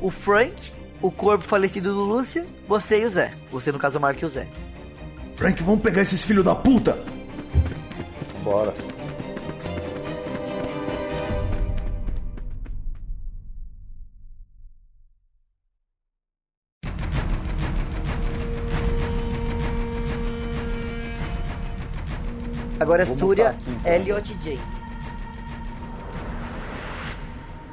Speaker 2: o Frank, o corpo falecido do Lúcia, você e o Zé. Você, no caso, o Mark e o Zé.
Speaker 8: Frank, vamos pegar esses filhos da puta!
Speaker 4: Bora.
Speaker 2: Agora
Speaker 4: Vou
Speaker 2: Astúria,
Speaker 4: mutar aqui, então.
Speaker 2: Elliot e Jane.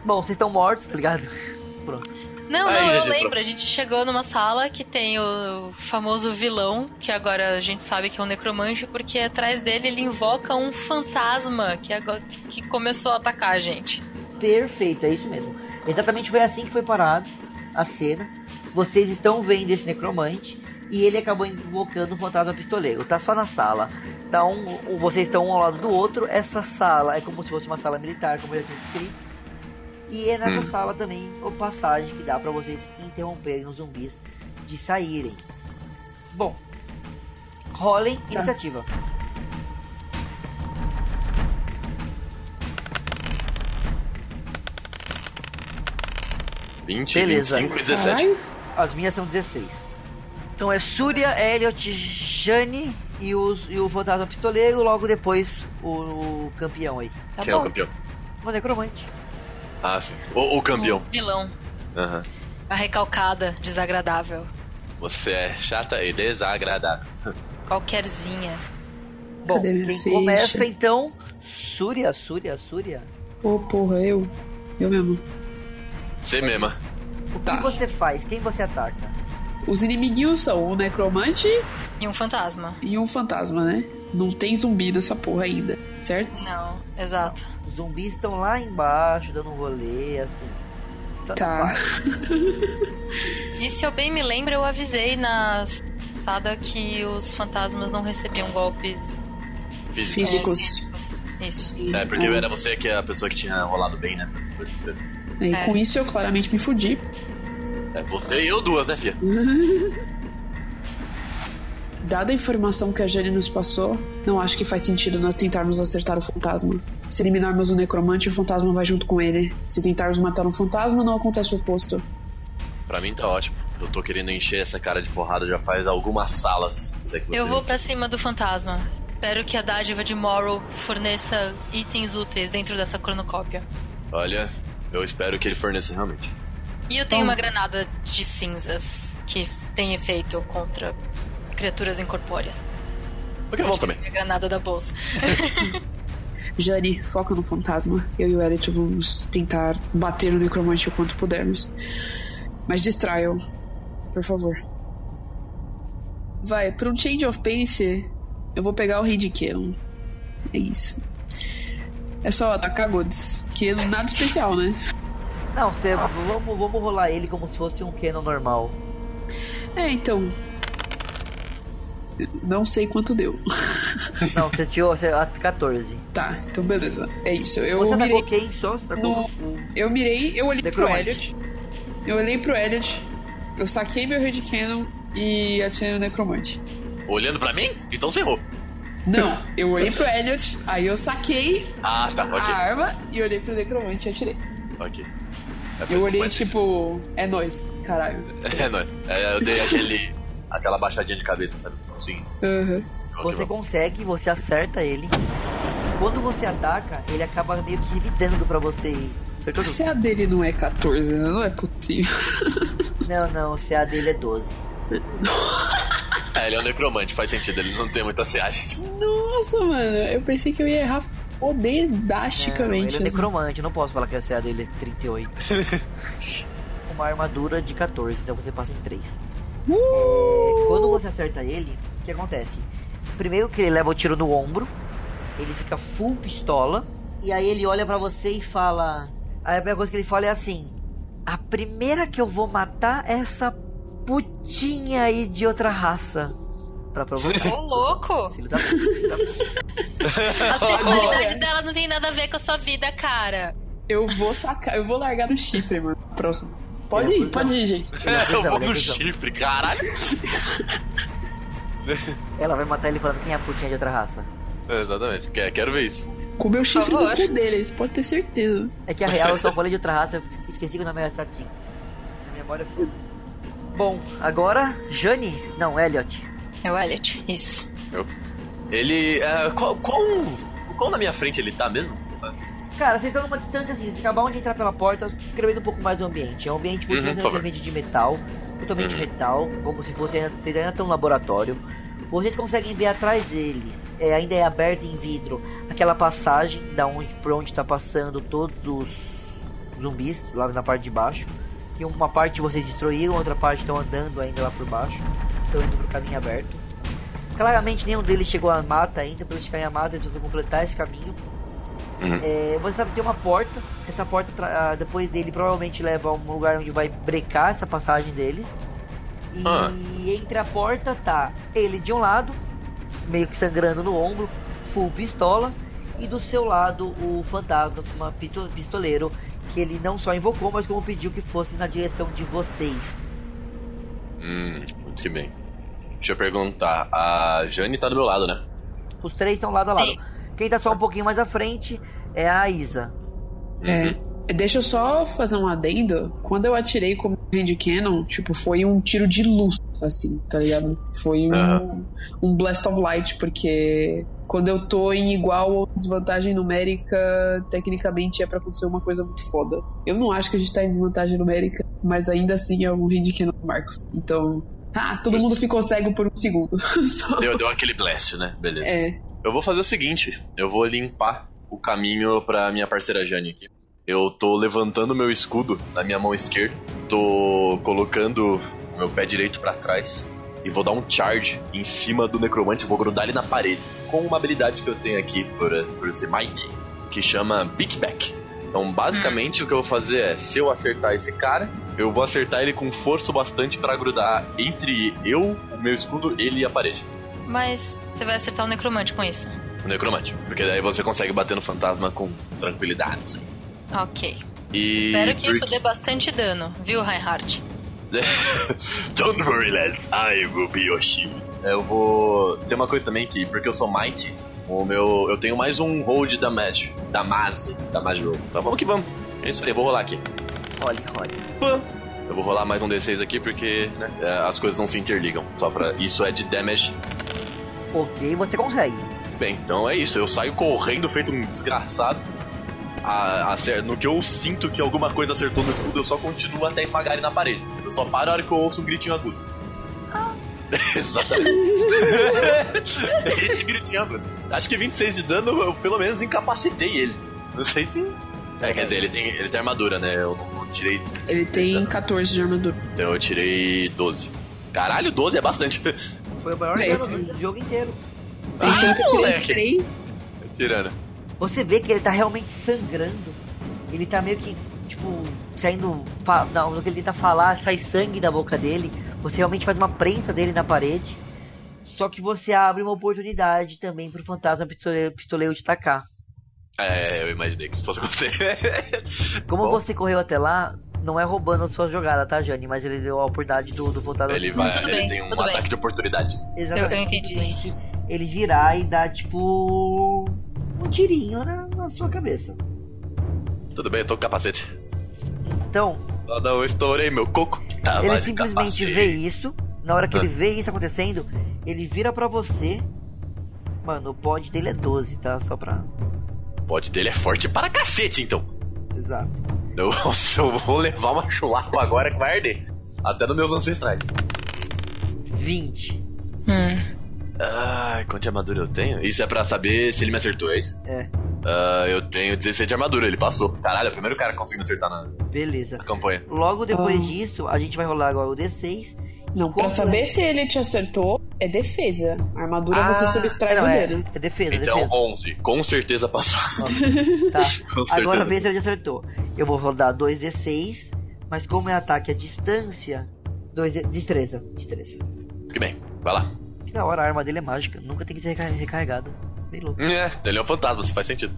Speaker 2: Bom, vocês estão mortos, tá ligado? Pronto.
Speaker 7: Não,
Speaker 6: Aí,
Speaker 7: não, eu
Speaker 6: gente,
Speaker 7: lembro.
Speaker 6: pro-
Speaker 7: A gente chegou numa sala que tem o famoso vilão, que agora a gente sabe que é um necromante, porque atrás dele ele invoca um fantasma que, agora, que começou a atacar a gente.
Speaker 2: Perfeito, é isso mesmo. Exatamente foi assim que foi parado a cena. Vocês estão vendo esse necromante e ele acabou invocando o fantasma pistoleiro. Tá só na sala. Tá um, um- vocês estão um ao lado do outro. Essa sala é como se fosse uma sala militar, como eu já tinha escrito. E é nessa sala também o passagem que dá pra vocês interromperem os zumbis de saírem. Bom, rolem iniciativa. Beleza.
Speaker 6: 25 e 17.
Speaker 2: As minhas são 16. Então é Surya, Elliot, Jane e, os, e o Fantasma Pistoleiro, logo depois o, o campeão aí. Tá
Speaker 6: Quem é o
Speaker 2: bom?
Speaker 6: campeão?
Speaker 2: O necromante.
Speaker 6: Ah, sim. O, o campeão.
Speaker 7: O Um vilão.
Speaker 6: Aham.
Speaker 7: A recalcada, desagradável.
Speaker 6: Você é chata e desagradável.
Speaker 7: Qualquerzinha.
Speaker 2: Bom,
Speaker 5: Cadê minha
Speaker 2: quem
Speaker 5: ficha?
Speaker 2: começa então, Surya, Surya, Surya.
Speaker 5: Ô, porra, eu? Eu mesmo.
Speaker 6: Você mesma.
Speaker 2: O que
Speaker 5: Tá.
Speaker 2: você faz? Quem você ataca?
Speaker 5: Os inimiguinhos são um necromante
Speaker 7: E um fantasma.
Speaker 5: e um fantasma, né? Não tem zumbi nessa porra ainda, certo?
Speaker 7: Não, exato.
Speaker 2: Os zumbis estão lá embaixo dando um rolê, assim. Tá.
Speaker 5: Tá.
Speaker 7: E se eu bem me lembro, eu avisei na passada que os fantasmas não recebiam golpes
Speaker 6: Física.
Speaker 5: Físicos.
Speaker 7: Isso.
Speaker 6: É, porque era você que é a pessoa que tinha rolado bem, né? Por essas coisas.
Speaker 5: E
Speaker 7: É.
Speaker 5: com isso eu claramente me fudi.
Speaker 6: É, você e eu duas, né, filha?
Speaker 5: Dada a informação que a Jane nos passou, não acho que faz sentido nós tentarmos acertar o fantasma. Se eliminarmos o necromante, o fantasma vai junto com ele. Se tentarmos matar um fantasma, não acontece o oposto.
Speaker 6: Pra mim tá ótimo. Eu tô querendo encher essa cara de porrada já faz algumas salas. Até que você...
Speaker 7: Eu vou pra cima do fantasma. Espero que a dádiva de Morrow forneça itens úteis dentro dessa cronocópia.
Speaker 6: Olha, eu espero que ele forneça realmente.
Speaker 7: E eu tenho uma granada de cinzas que tem efeito contra criaturas incorpóreas.
Speaker 6: Pokémon também.
Speaker 7: Minha granada da bolsa.
Speaker 5: Jane, foca no fantasma. Eu e o Elliot vamos tentar bater no necromante o quanto pudermos. Mas distraia-o, por favor. Vai, pra um change of pace, eu vou pegar o Handicam. É isso. É só atacar Gods, que é nada especial, né?
Speaker 2: Não, cê, vamos, vamos rolar ele como se fosse um Canon normal.
Speaker 5: É, então. Não sei quanto deu.
Speaker 2: Não, você tirou cê, a 14.
Speaker 5: Tá, então beleza. É isso. Eu
Speaker 2: Você tá
Speaker 5: mirei.
Speaker 2: atacou quem só? Você atacou o
Speaker 5: Eu mirei, eu olhei pro
Speaker 2: Necromante.
Speaker 5: Elliot. Eu olhei pro Elliot, eu saquei meu Red Cannon e atirei no Necromante.
Speaker 6: Olhando pra mim? Então você errou.
Speaker 5: Não, eu olhei pro Elliot, aí eu saquei
Speaker 6: Ah, tá,
Speaker 5: a
Speaker 6: ok.
Speaker 5: arma e olhei pro Necromante e atirei.
Speaker 6: ok.
Speaker 5: Eu olhei
Speaker 6: Mas-
Speaker 5: tipo, é nóis, caralho.
Speaker 6: É, não. É, eu dei aquele. aquela baixadinha de cabeça, sabe? Assim.
Speaker 5: Aham.
Speaker 2: Você
Speaker 6: ok, vamos.
Speaker 2: consegue, você acerta ele. Quando você ataca, ele acaba meio que revidando pra vocês. Acertou? tudo?
Speaker 5: Se a dele não é 14, né? não é possível.
Speaker 2: Não, não, o CA dele é 12.
Speaker 6: É, ele é um necromante, faz sentido, ele não tem muita CA, gente.
Speaker 5: Nossa, mano, eu pensei que eu ia errar
Speaker 2: Não, ele
Speaker 5: fodedasticamente.
Speaker 2: é necromante, eu não posso falar que a CA dele é 38. Uma armadura de 14, então você passa em 3. Quando você acerta ele, o que acontece? Primeiro que ele leva o tiro no ombro, ele fica full pistola, e aí ele olha pra você e fala. Aí a primeira coisa que ele fala é assim: A primeira que eu vou matar é essa putinha aí de outra raça. Pra provocar.
Speaker 7: Ô, louco!
Speaker 2: Filho da puta, filho da puta.
Speaker 7: A sexualidade dela não tem nada a ver com a sua vida, cara.
Speaker 5: Eu vou sacar, eu vou largar no chifre, mano. Próximo. Pode
Speaker 2: É,
Speaker 5: ir,
Speaker 2: pois é.
Speaker 5: pode ir, gente.
Speaker 2: Ele é
Speaker 6: eu
Speaker 2: cuzão,
Speaker 6: vou
Speaker 2: ele é
Speaker 6: no
Speaker 2: cuzão.
Speaker 6: um chifre, caralho.
Speaker 2: Ela vai matar ele falando quem é a putinha de outra raça.
Speaker 6: É, exatamente, Que- quero ver isso.
Speaker 5: Com o meu chifre no
Speaker 7: favor.
Speaker 5: cu dele, isso pode ter certeza.
Speaker 2: É que a real eu só falei de outra raça, eu esqueci que o nome era Satins. Minha memória foi. Bom, agora, Jane. Não, Elliot.
Speaker 7: É o Elliot, isso.
Speaker 6: Ele. é, qual, qual. Qual na minha frente ele tá mesmo?
Speaker 2: Cara, vocês estão numa distância assim, vocês acabaram de entrar pela porta, descrevendo um pouco mais o ambiente. É um ambiente muito
Speaker 6: Uhum, por favor. Uhum.
Speaker 2: ambiente de metal, totalmente metal, como se fosse ainda- vocês ainda estão no laboratório. Vocês conseguem ver atrás deles, é, ainda é aberto em vidro, aquela passagem da onde, por onde está passando todos os zumbis, lá na parte de baixo. E uma parte vocês destruíram, outra parte estão andando ainda lá por baixo. Estão indo pro caminho aberto. Claramente nenhum deles chegou à mata ainda, pra eles ficarem à mata, eles vão completar esse caminho. É, você sabe que tem uma porta. Essa porta, tra- ah, depois dele, provavelmente leva a um lugar onde vai brecar essa passagem deles. E
Speaker 6: Ah.
Speaker 2: entre a porta tá ele de um lado, meio que sangrando no ombro, full pistola. E do seu lado, o fantasma pito- pistoleiro, que ele não só invocou, mas como pediu que fosse na direção de vocês.
Speaker 6: Hum, muito que bem. Deixa eu perguntar. A Jane tá do meu lado, né?
Speaker 2: Os três estão lado a lado.
Speaker 7: Sim.
Speaker 2: Quem tá só um pouquinho mais à frente é a Isa.
Speaker 6: Uhum.
Speaker 5: É. Deixa eu só fazer um adendo. Quando eu atirei com o Hand Cannon, tipo, foi um tiro de luz, assim, tá ligado? Foi um,
Speaker 6: Aham.
Speaker 5: um Blast of Light, porque quando eu tô em igual ou desvantagem numérica, tecnicamente é pra acontecer uma coisa muito foda. Eu não acho que a gente tá em desvantagem numérica, mas ainda assim é um Hand Cannon do Marcos. Então. Ah, todo mundo ficou cego por um segundo. Só-
Speaker 6: Deu, deu aquele blast, né? Beleza.
Speaker 5: É.
Speaker 6: Eu vou fazer o seguinte: eu vou limpar o caminho pra minha parceira Jane aqui. Eu tô levantando meu escudo na minha mão esquerda, tô colocando meu pé direito pra trás e vou dar um charge em cima do necromante, vou grudar ele na parede com uma habilidade que eu tenho aqui por, por ser Mighty, que chama Beatback. Então, basicamente, o que eu vou fazer é, se eu acertar esse cara, eu vou acertar ele com força o bastante pra grudar entre eu, o meu escudo, ele e a parede.
Speaker 7: Mas você vai acertar o necromante com isso.
Speaker 6: O necromante. Porque daí você consegue bater no fantasma com tranquilidade. assim.
Speaker 7: Ok.
Speaker 6: E.
Speaker 7: Espero que isso dê bastante dano, viu, Reinhardt?
Speaker 6: Don't worry, lads. I will be your shield. É, Eu vou. Tem uma coisa também que, porque eu sou Mighty, o meu. Eu tenho mais um hold da Mage. Da Maze. Da Mage Roll. Então vamos que vamos. É isso aí, eu vou rolar aqui.
Speaker 2: Role, role.
Speaker 6: Pã. Eu vou rolar mais um D6 aqui porque né, é, as coisas não se interligam. Só pra. Isso é de damage.
Speaker 2: Ok, você consegue.
Speaker 6: Bem, então é isso. Eu saio correndo feito um desgraçado. A- acer- no que eu sinto que alguma coisa acertou no escudo, eu só continuo até esmagar ele na parede. Eu só paro a hora que eu ouço um gritinho agudo. Ah. Exatamente. Esse gritinho agudo. Acho que 26 de dano eu pelo menos incapacitei ele. Não sei se. É, quer dizer, ele tem, ele tem armadura, né? Eu não tirei.
Speaker 5: Ele tem 14 de armadura.
Speaker 6: Então eu tirei 12. Caralho, 12 é bastante.
Speaker 2: Foi o maior
Speaker 5: Bem.
Speaker 2: dano do jogo inteiro.
Speaker 5: Tem sempre
Speaker 6: Ah,
Speaker 5: tirei
Speaker 6: moleque.
Speaker 5: 3.
Speaker 6: Tirando.
Speaker 2: Você vê que ele tá realmente sangrando. Ele tá meio que, tipo, saindo. fa- na- No que ele tenta falar, sai sangue da boca dele. Você realmente faz uma prensa dele na parede. Só que você abre uma oportunidade também pro fantasma pistoleiro, pistoleiro te atacar.
Speaker 6: É, eu imaginei que isso fosse acontecer.
Speaker 2: Como
Speaker 6: Bom.
Speaker 2: você correu até lá, não é roubando a sua jogada, tá, Jane? Mas ele deu a oportunidade do, do fantasma.
Speaker 6: Ele vai,
Speaker 7: Tudo
Speaker 6: ele
Speaker 7: bem,
Speaker 6: tem um
Speaker 7: tudo bem.
Speaker 6: ataque de oportunidade.
Speaker 2: Exatamente.
Speaker 7: Eu- eu entendi.
Speaker 2: simplesmente Ele virar e dar, tipo. Um tirinho na, na sua cabeça.
Speaker 6: Tudo bem, eu tô com capacete.
Speaker 2: Então,
Speaker 6: Ah, não, eu estourei meu coco. Tava
Speaker 2: ele
Speaker 6: Tá, de
Speaker 2: simplesmente
Speaker 6: capacete.
Speaker 2: vê isso. Na hora que
Speaker 6: Ah.
Speaker 2: ele vê isso acontecendo, ele vira pra você. Mano, o pod dele é 12, tá? Só pra.
Speaker 6: O pote dele é forte para cacete, então.
Speaker 2: Exato.
Speaker 6: Nossa, eu vou levar uma chulapa agora que vai arder. Até nos meus ancestrais.
Speaker 2: 20.
Speaker 7: Hum.
Speaker 6: Ai, quanto de armadura eu tenho? Isso é pra saber se ele me acertou, é isso?
Speaker 2: É.
Speaker 6: Ah, eu tenho 16 de armadura, ele passou. Caralho, é o primeiro cara que conseguiu me acertar na,
Speaker 2: Beleza.
Speaker 6: na campanha.
Speaker 2: Logo depois
Speaker 5: Ah.
Speaker 2: disso, a gente vai rolar agora o D6. e
Speaker 5: Não, assim? pra
Speaker 2: como
Speaker 5: saber se ele te acertou, é defesa. A armadura você
Speaker 6: Ah,
Speaker 5: subtrai
Speaker 2: É, não,
Speaker 5: do
Speaker 2: é,
Speaker 5: dele.
Speaker 2: é defesa,
Speaker 6: Então,
Speaker 2: defesa.
Speaker 6: 11. Com certeza passou.
Speaker 2: Tá.
Speaker 6: Com certeza.
Speaker 2: Agora vê se ele acertou. Eu vou rodar 2d6, mas como é ataque à distância, 2 d destreza, destreza.
Speaker 6: Tudo bem, vai lá.
Speaker 2: Que da hora a arma dele é mágica, nunca tem que ser recar- recarregada. Bem louco.
Speaker 6: É, ele é um fantasma, isso faz sentido.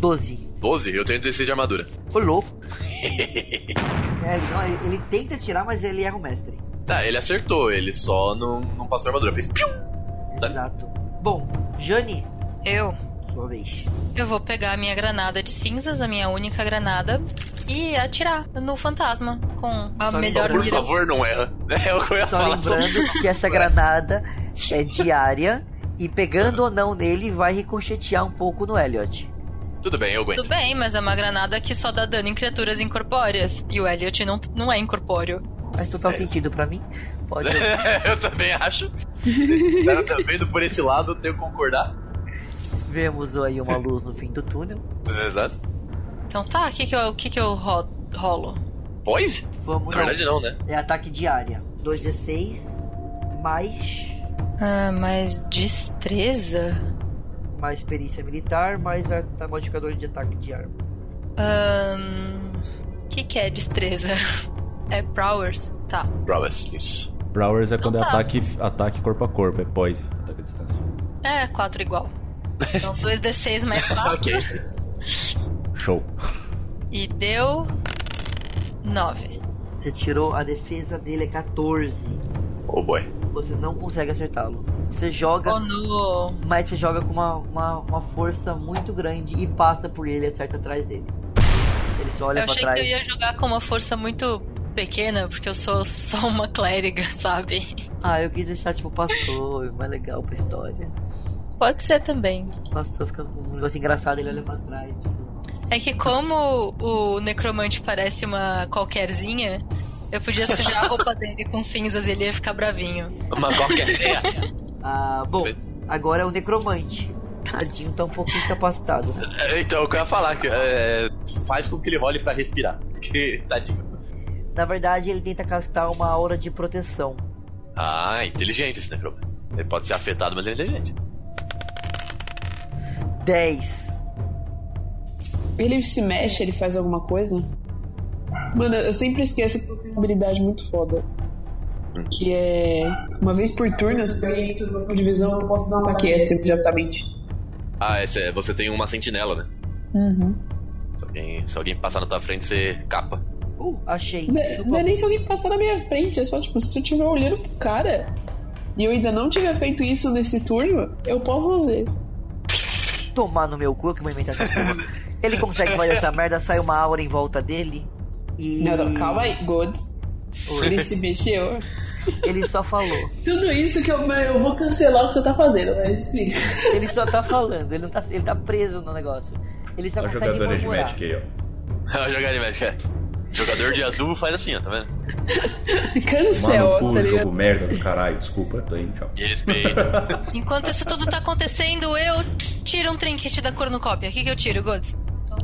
Speaker 2: 12.
Speaker 6: 12, eu tenho 16 de armadura.
Speaker 2: Ô louco. é, ele, não, ele, ele tenta tirar, mas ele erra o mestre.
Speaker 6: Tá, ele acertou, ele só não, não passou a armadura. Fez piu! Tá.
Speaker 2: Exato. Bom, Jane,
Speaker 7: Eu
Speaker 2: sua vez.
Speaker 7: Eu vou pegar a minha granada de cinzas, a minha única granada, e atirar no fantasma com a
Speaker 2: Só
Speaker 7: melhor
Speaker 2: lembra-
Speaker 6: Por
Speaker 7: mira.
Speaker 6: um favor, não erra. É o que eu ia
Speaker 2: Só
Speaker 6: falar.
Speaker 2: lembrando que essa granada é diária e pegando ou não nele vai ricochetear um pouco no Elliot.
Speaker 6: Tudo bem, eu aguento.
Speaker 7: Tudo bem, mas é uma granada que só dá dano em criaturas incorpóreas. E o Elliot não, não é incorpóreo.
Speaker 2: Faz
Speaker 6: É
Speaker 2: total sentido pra mim. Pode.
Speaker 6: eu também acho. O cara tá vendo por esse lado, eu tenho que concordar.
Speaker 2: Vemos aí uma luz no fim do túnel.
Speaker 6: Exato.
Speaker 7: Então tá, o que, que eu, o que que eu ro- rolo?
Speaker 6: Poise?
Speaker 2: Vamos
Speaker 6: Na
Speaker 2: não.
Speaker 6: verdade, não, né?
Speaker 2: É ataque de área. 2d6 mais
Speaker 7: Ah, mas destreza?
Speaker 2: mais perícia militar mais a- tá modificador de ataque de arma.
Speaker 7: Ahn, O que, que é destreza? É prowess? Tá.
Speaker 6: Promise, isso.
Speaker 1: Browers é quando é
Speaker 7: Então tá.
Speaker 1: ataque, ataque corpo a corpo, é poise, ataque à distância.
Speaker 7: É, 4 igual. Então 2d6 mais 4.
Speaker 6: Ah, ok.
Speaker 1: Show.
Speaker 7: E deu. 9.
Speaker 2: Você tirou a defesa dele é 14.
Speaker 6: Oh boy.
Speaker 2: Você não consegue acertá-lo. Você
Speaker 6: É.
Speaker 2: joga,
Speaker 7: Oh no!
Speaker 2: mas você joga com uma, uma, uma força muito grande e passa por ele e acerta atrás dele. Ele só olha
Speaker 7: eu
Speaker 2: pra
Speaker 7: achei
Speaker 2: trás.
Speaker 7: que eu ia jogar com uma força muito pequena, porque eu sou só uma clériga, sabe?
Speaker 2: Ah, eu quis deixar tipo passou, é mais legal pra história.
Speaker 7: Pode ser também.
Speaker 2: Passou, fica um negócio engraçado, ele olha pra trás. tipo,
Speaker 7: É que como o necromante parece uma qualquerzinha, eu podia sujar a roupa dele com cinzas e ele ia ficar bravinho.
Speaker 6: Uma qualquer ideia.
Speaker 2: Ah, bom, agora é o necromante. Tadinho tá um pouquinho incapacitado.
Speaker 6: Então, o que eu ia falar, que, é, faz com que ele role pra respirar. Que tá tadinho.
Speaker 2: Na verdade, ele tenta castar uma aura de proteção.
Speaker 6: Ah, inteligente esse necroma. Ele pode ser afetado, mas ele é inteligente.
Speaker 2: 10.
Speaker 5: Ele se mexe, ele faz alguma coisa? Mano, eu sempre esqueço que eu tenho uma habilidade muito foda. Que é. Uma vez por turno, se alguém entra no campo de visão, eu posso dar um ataque extra imediatamente.
Speaker 6: Ah, essa é, você tem uma sentinela, né?
Speaker 5: Uhum.
Speaker 6: Se alguém, se alguém passar na tua frente, você capa.
Speaker 2: Uh, achei.
Speaker 5: Não é-
Speaker 2: Chupa.
Speaker 5: não é nem se alguém passar na minha frente, é só tipo, se eu estiver olhando pro cara e eu ainda não tiver feito isso nesse turno, eu posso fazer. isso.
Speaker 2: tomar no meu cu que eu vou inventar essa porra. Ele consegue fazer essa merda, sai uma aura em volta dele. E
Speaker 5: Não, não, calma aí, Gods. Ele se mexeu.
Speaker 2: ele só falou.
Speaker 5: Tudo isso que eu, eu vou cancelar o que você tá fazendo, mas explica.
Speaker 2: Ele só tá falando, ele não tá, ele tá preso no negócio. Ele só
Speaker 1: Olha a
Speaker 2: consegue
Speaker 1: jogadora de
Speaker 2: murmurar.
Speaker 1: Magic aí, ó.
Speaker 6: Jogar de Magic, é. Jogador de azul faz assim, ó, tá vendo?
Speaker 1: Mano,
Speaker 5: Cancela, tá
Speaker 1: pô,
Speaker 5: ligado?
Speaker 1: jogo merda do caralho, desculpa, tô indo, tchau.
Speaker 6: E respeita.
Speaker 7: Enquanto isso tudo tá acontecendo, eu tiro um trinquete da cornucópia. O que, que eu tiro, Gods?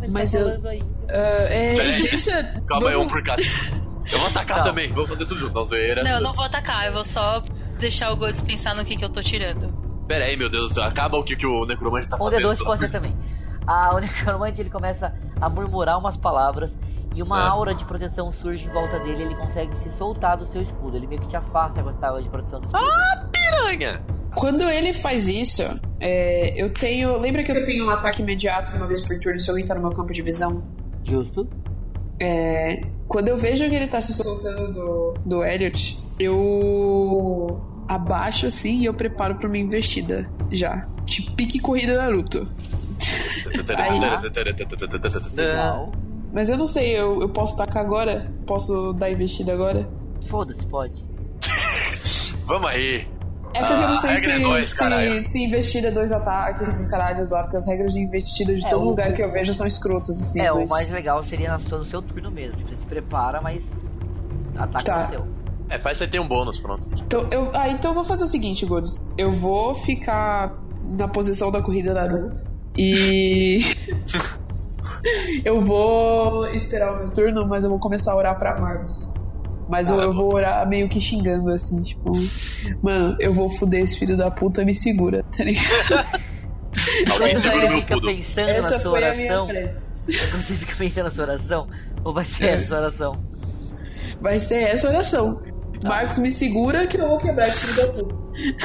Speaker 2: Ele
Speaker 5: Mas
Speaker 2: tá
Speaker 5: eu-
Speaker 2: falando aí.
Speaker 5: Ah, é,
Speaker 6: Pera aí.
Speaker 5: deixa.
Speaker 6: Calma aí, um
Speaker 5: vamos-
Speaker 6: por cada. Eu vou atacar
Speaker 2: Não.
Speaker 6: também, vou fazer tudo junto. Não, zoeira.
Speaker 7: Não, eu não vou atacar, eu vou só deixar o Gods pensar no que, que eu tô tirando.
Speaker 6: Pera aí, meu Deus do céu, acaba o que, que o Necromante tá
Speaker 2: Um
Speaker 6: fazendo.
Speaker 2: de dois
Speaker 6: pelo
Speaker 2: pode ser
Speaker 6: amor
Speaker 2: também. A, o necromante ele começa a murmurar umas palavras e uma
Speaker 6: É.
Speaker 2: aura de proteção surge em volta dele. Ele consegue se soltar do seu escudo. Ele meio que te afasta com essa aura de proteção do escudo.
Speaker 6: de Piranha!
Speaker 5: Quando ele faz isso, é, eu tenho. Lembra que eu tenho um ataque imediato uma vez por turno se alguém tá no meu campo de visão?
Speaker 2: Justo.
Speaker 5: É, quando eu vejo que ele tá se soltando do, do Elliot, eu abaixo assim e eu preparo pra minha investida já. Te pique corrida Naruto.
Speaker 2: Legal.
Speaker 5: Mas eu não sei, eu, eu posso tacar agora? Posso dar investida agora?
Speaker 2: Foda-se, pode.
Speaker 6: Vamos aí.
Speaker 5: É porque eu não
Speaker 6: Ah,
Speaker 5: sei
Speaker 6: regra é
Speaker 5: se,
Speaker 6: dois, caralho.
Speaker 5: se, se investida é dois ataques, esses caralhos lá, porque as regras de investida de
Speaker 2: É,
Speaker 5: todo
Speaker 2: o-
Speaker 5: lugar que eu vejo são escrotas, assim.
Speaker 2: É, o
Speaker 5: mas-
Speaker 2: mais legal seria na sua, no seu turno mesmo. Tipo, você se prepara, mas ataca
Speaker 5: Tá.
Speaker 2: no seu.
Speaker 6: É, faz você ter um bônus, pronto.
Speaker 5: Então, eu, ah, então eu vou fazer o seguinte, Godes. Eu vou ficar na posição da corrida Naruto e. eu vou esperar o meu turno, mas eu vou começar a orar pra Marcos. Mas
Speaker 2: Ah.
Speaker 5: eu, eu vou orar meio que xingando, assim, tipo. Mano, eu vou fuder esse filho da puta, me segura, tá ligado? Essa
Speaker 6: Alguém segura
Speaker 5: é
Speaker 2: Você
Speaker 5: a
Speaker 6: meu
Speaker 2: fica
Speaker 6: pudo.
Speaker 2: pensando na
Speaker 5: Essa
Speaker 2: sua
Speaker 5: foi a minha
Speaker 2: oração.
Speaker 5: prece.
Speaker 2: Você fica pensando na sua oração? Ou vai ser essa sua oração?
Speaker 5: Vai ser essa a oração.
Speaker 2: Tá.
Speaker 5: Marcos, me segura que eu vou quebrar esse filho da puta.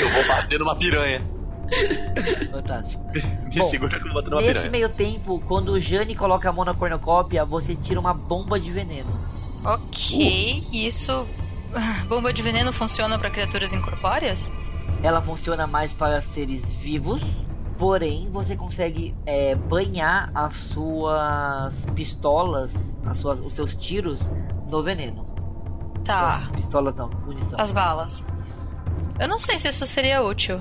Speaker 6: Eu vou bater numa piranha.
Speaker 2: Fantástico.
Speaker 6: Me
Speaker 2: Bom,
Speaker 6: segura que eu vou bater numa
Speaker 2: Nesse
Speaker 6: piranha.
Speaker 2: meio tempo, quando o Jane coloca a mão na cornucópia, você tira uma bomba de veneno.
Speaker 7: Ok,
Speaker 2: Uh.
Speaker 7: isso. Ah, Bomba de veneno funciona pra criaturas incorpóreas?
Speaker 2: Ela funciona mais para seres vivos, porém você consegue é, banhar as suas pistolas, as suas, os seus tiros no veneno.
Speaker 7: Tá,
Speaker 2: As
Speaker 6: Ah.
Speaker 2: Pistolas não, munição.
Speaker 7: as balas. Eu não sei se isso seria útil.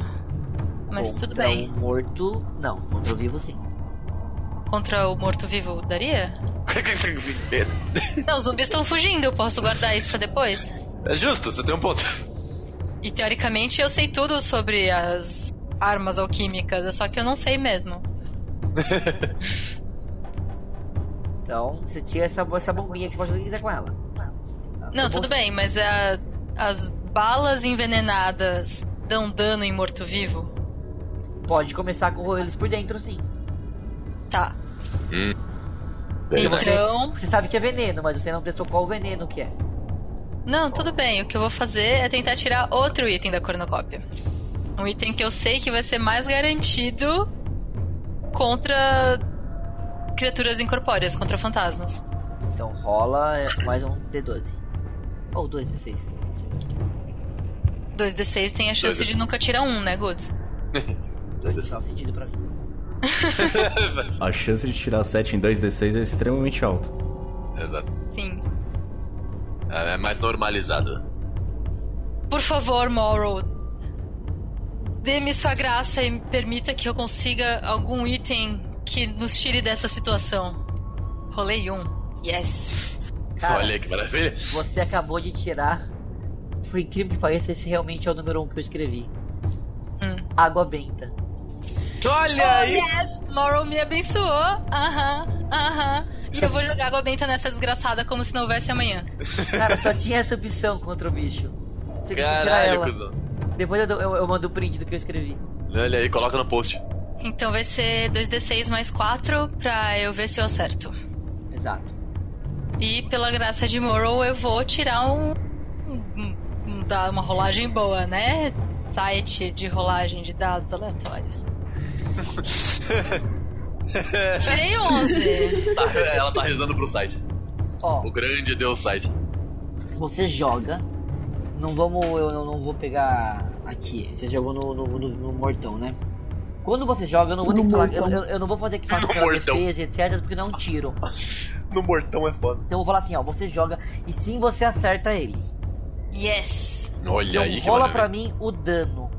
Speaker 7: Mas
Speaker 2: Contra
Speaker 7: tudo bem.
Speaker 2: Um morto, não, contra o vivo sim. um-
Speaker 7: Contra o morto-vivo daria?
Speaker 6: É
Speaker 7: Não, os zumbis estão fugindo, eu posso guardar isso pra depois.
Speaker 6: justo, você tem um ponto.
Speaker 7: E teoricamente eu sei tudo sobre as armas alquímicas, é só que eu não sei mesmo.
Speaker 2: Então você tira essa, essa bombinha que você pode fazer o que quiser com ela.
Speaker 7: Não,
Speaker 2: Ah, Eu
Speaker 7: tudo
Speaker 2: vou-
Speaker 7: bem, mas é a- as balas envenenadas dão dano em morto-vivo?
Speaker 2: Pode começar a corroer eles por dentro sim.
Speaker 7: Tá.
Speaker 2: Hum.
Speaker 6: Bem, né?
Speaker 7: Então.
Speaker 2: Você sabe que é veneno, mas você não testou qual o veneno que é.
Speaker 7: Não, tudo bem. O que eu vou fazer é tentar tirar outro item da cornucópia. Um item que eu sei que vai ser mais garantido contra criaturas incorpóreas, contra fantasmas.
Speaker 2: Então rola é, mais um D12. Ou 2 D6.
Speaker 7: 2d6 tem a chance
Speaker 6: Dois D-
Speaker 7: de nunca tirar um, né, Goods?
Speaker 2: 2 não faz sentido pra mim.
Speaker 1: A chance de tirar 7 em 2d6 é extremamente alta.
Speaker 6: Exato.
Speaker 7: Sim.
Speaker 6: É é mais normalizado.
Speaker 7: Por favor, Morrow, dê-me sua graça e me permita que eu consiga algum item que nos tire dessa situação. Rolei um. Yes.
Speaker 2: Cara,
Speaker 6: Olha que maravilha.
Speaker 2: Você acabou de tirar. Por incrível que pareça, esse realmente é o número 1 um que eu escrevi.
Speaker 7: Hum.
Speaker 2: Água benta.
Speaker 6: Olha aí!
Speaker 7: Oh, Yes, Morrow me abençoou. Aham, aham. E eu vou jogar água benta nessa desgraçada como se não houvesse amanhã.
Speaker 2: Cara, só tinha essa opção contra o bicho. Você conseguiu tirar
Speaker 6: Caralho,
Speaker 2: ela.
Speaker 6: cuzão.
Speaker 2: Depois eu, dou- eu, eu mando o print do que eu escrevi.
Speaker 6: Olha aí, coloca no post.
Speaker 7: Então vai ser 2d6 mais 4 pra eu ver se eu acerto.
Speaker 2: Exato.
Speaker 7: E pela graça de Morrow eu vou tirar um. um- um- dar uma rolagem boa, né? Site de rolagem de dados aleatórios. Tirei 11.
Speaker 6: Tá- ela tá rezando pro site.
Speaker 2: Ó,
Speaker 6: O grande Deus site.
Speaker 2: você joga. Não vamos. Eu não, não vou pegar aqui. Você jogou no, no, no- no mortão, né? Quando você joga, eu não vou
Speaker 5: No
Speaker 2: ter que falar. Eu, eu-
Speaker 5: mortão.
Speaker 2: eu não vou fazer que faça
Speaker 6: No
Speaker 2: aquela
Speaker 6: mortão.
Speaker 2: defesa, etc, porque não é um tiro.
Speaker 6: No mortão é foda.
Speaker 2: Então eu vou falar assim, ó, você joga e sim você acerta ele.
Speaker 7: Yes!
Speaker 6: Olha
Speaker 2: Então
Speaker 6: aí que
Speaker 2: rola pra
Speaker 6: maravilha.
Speaker 2: mim o dano.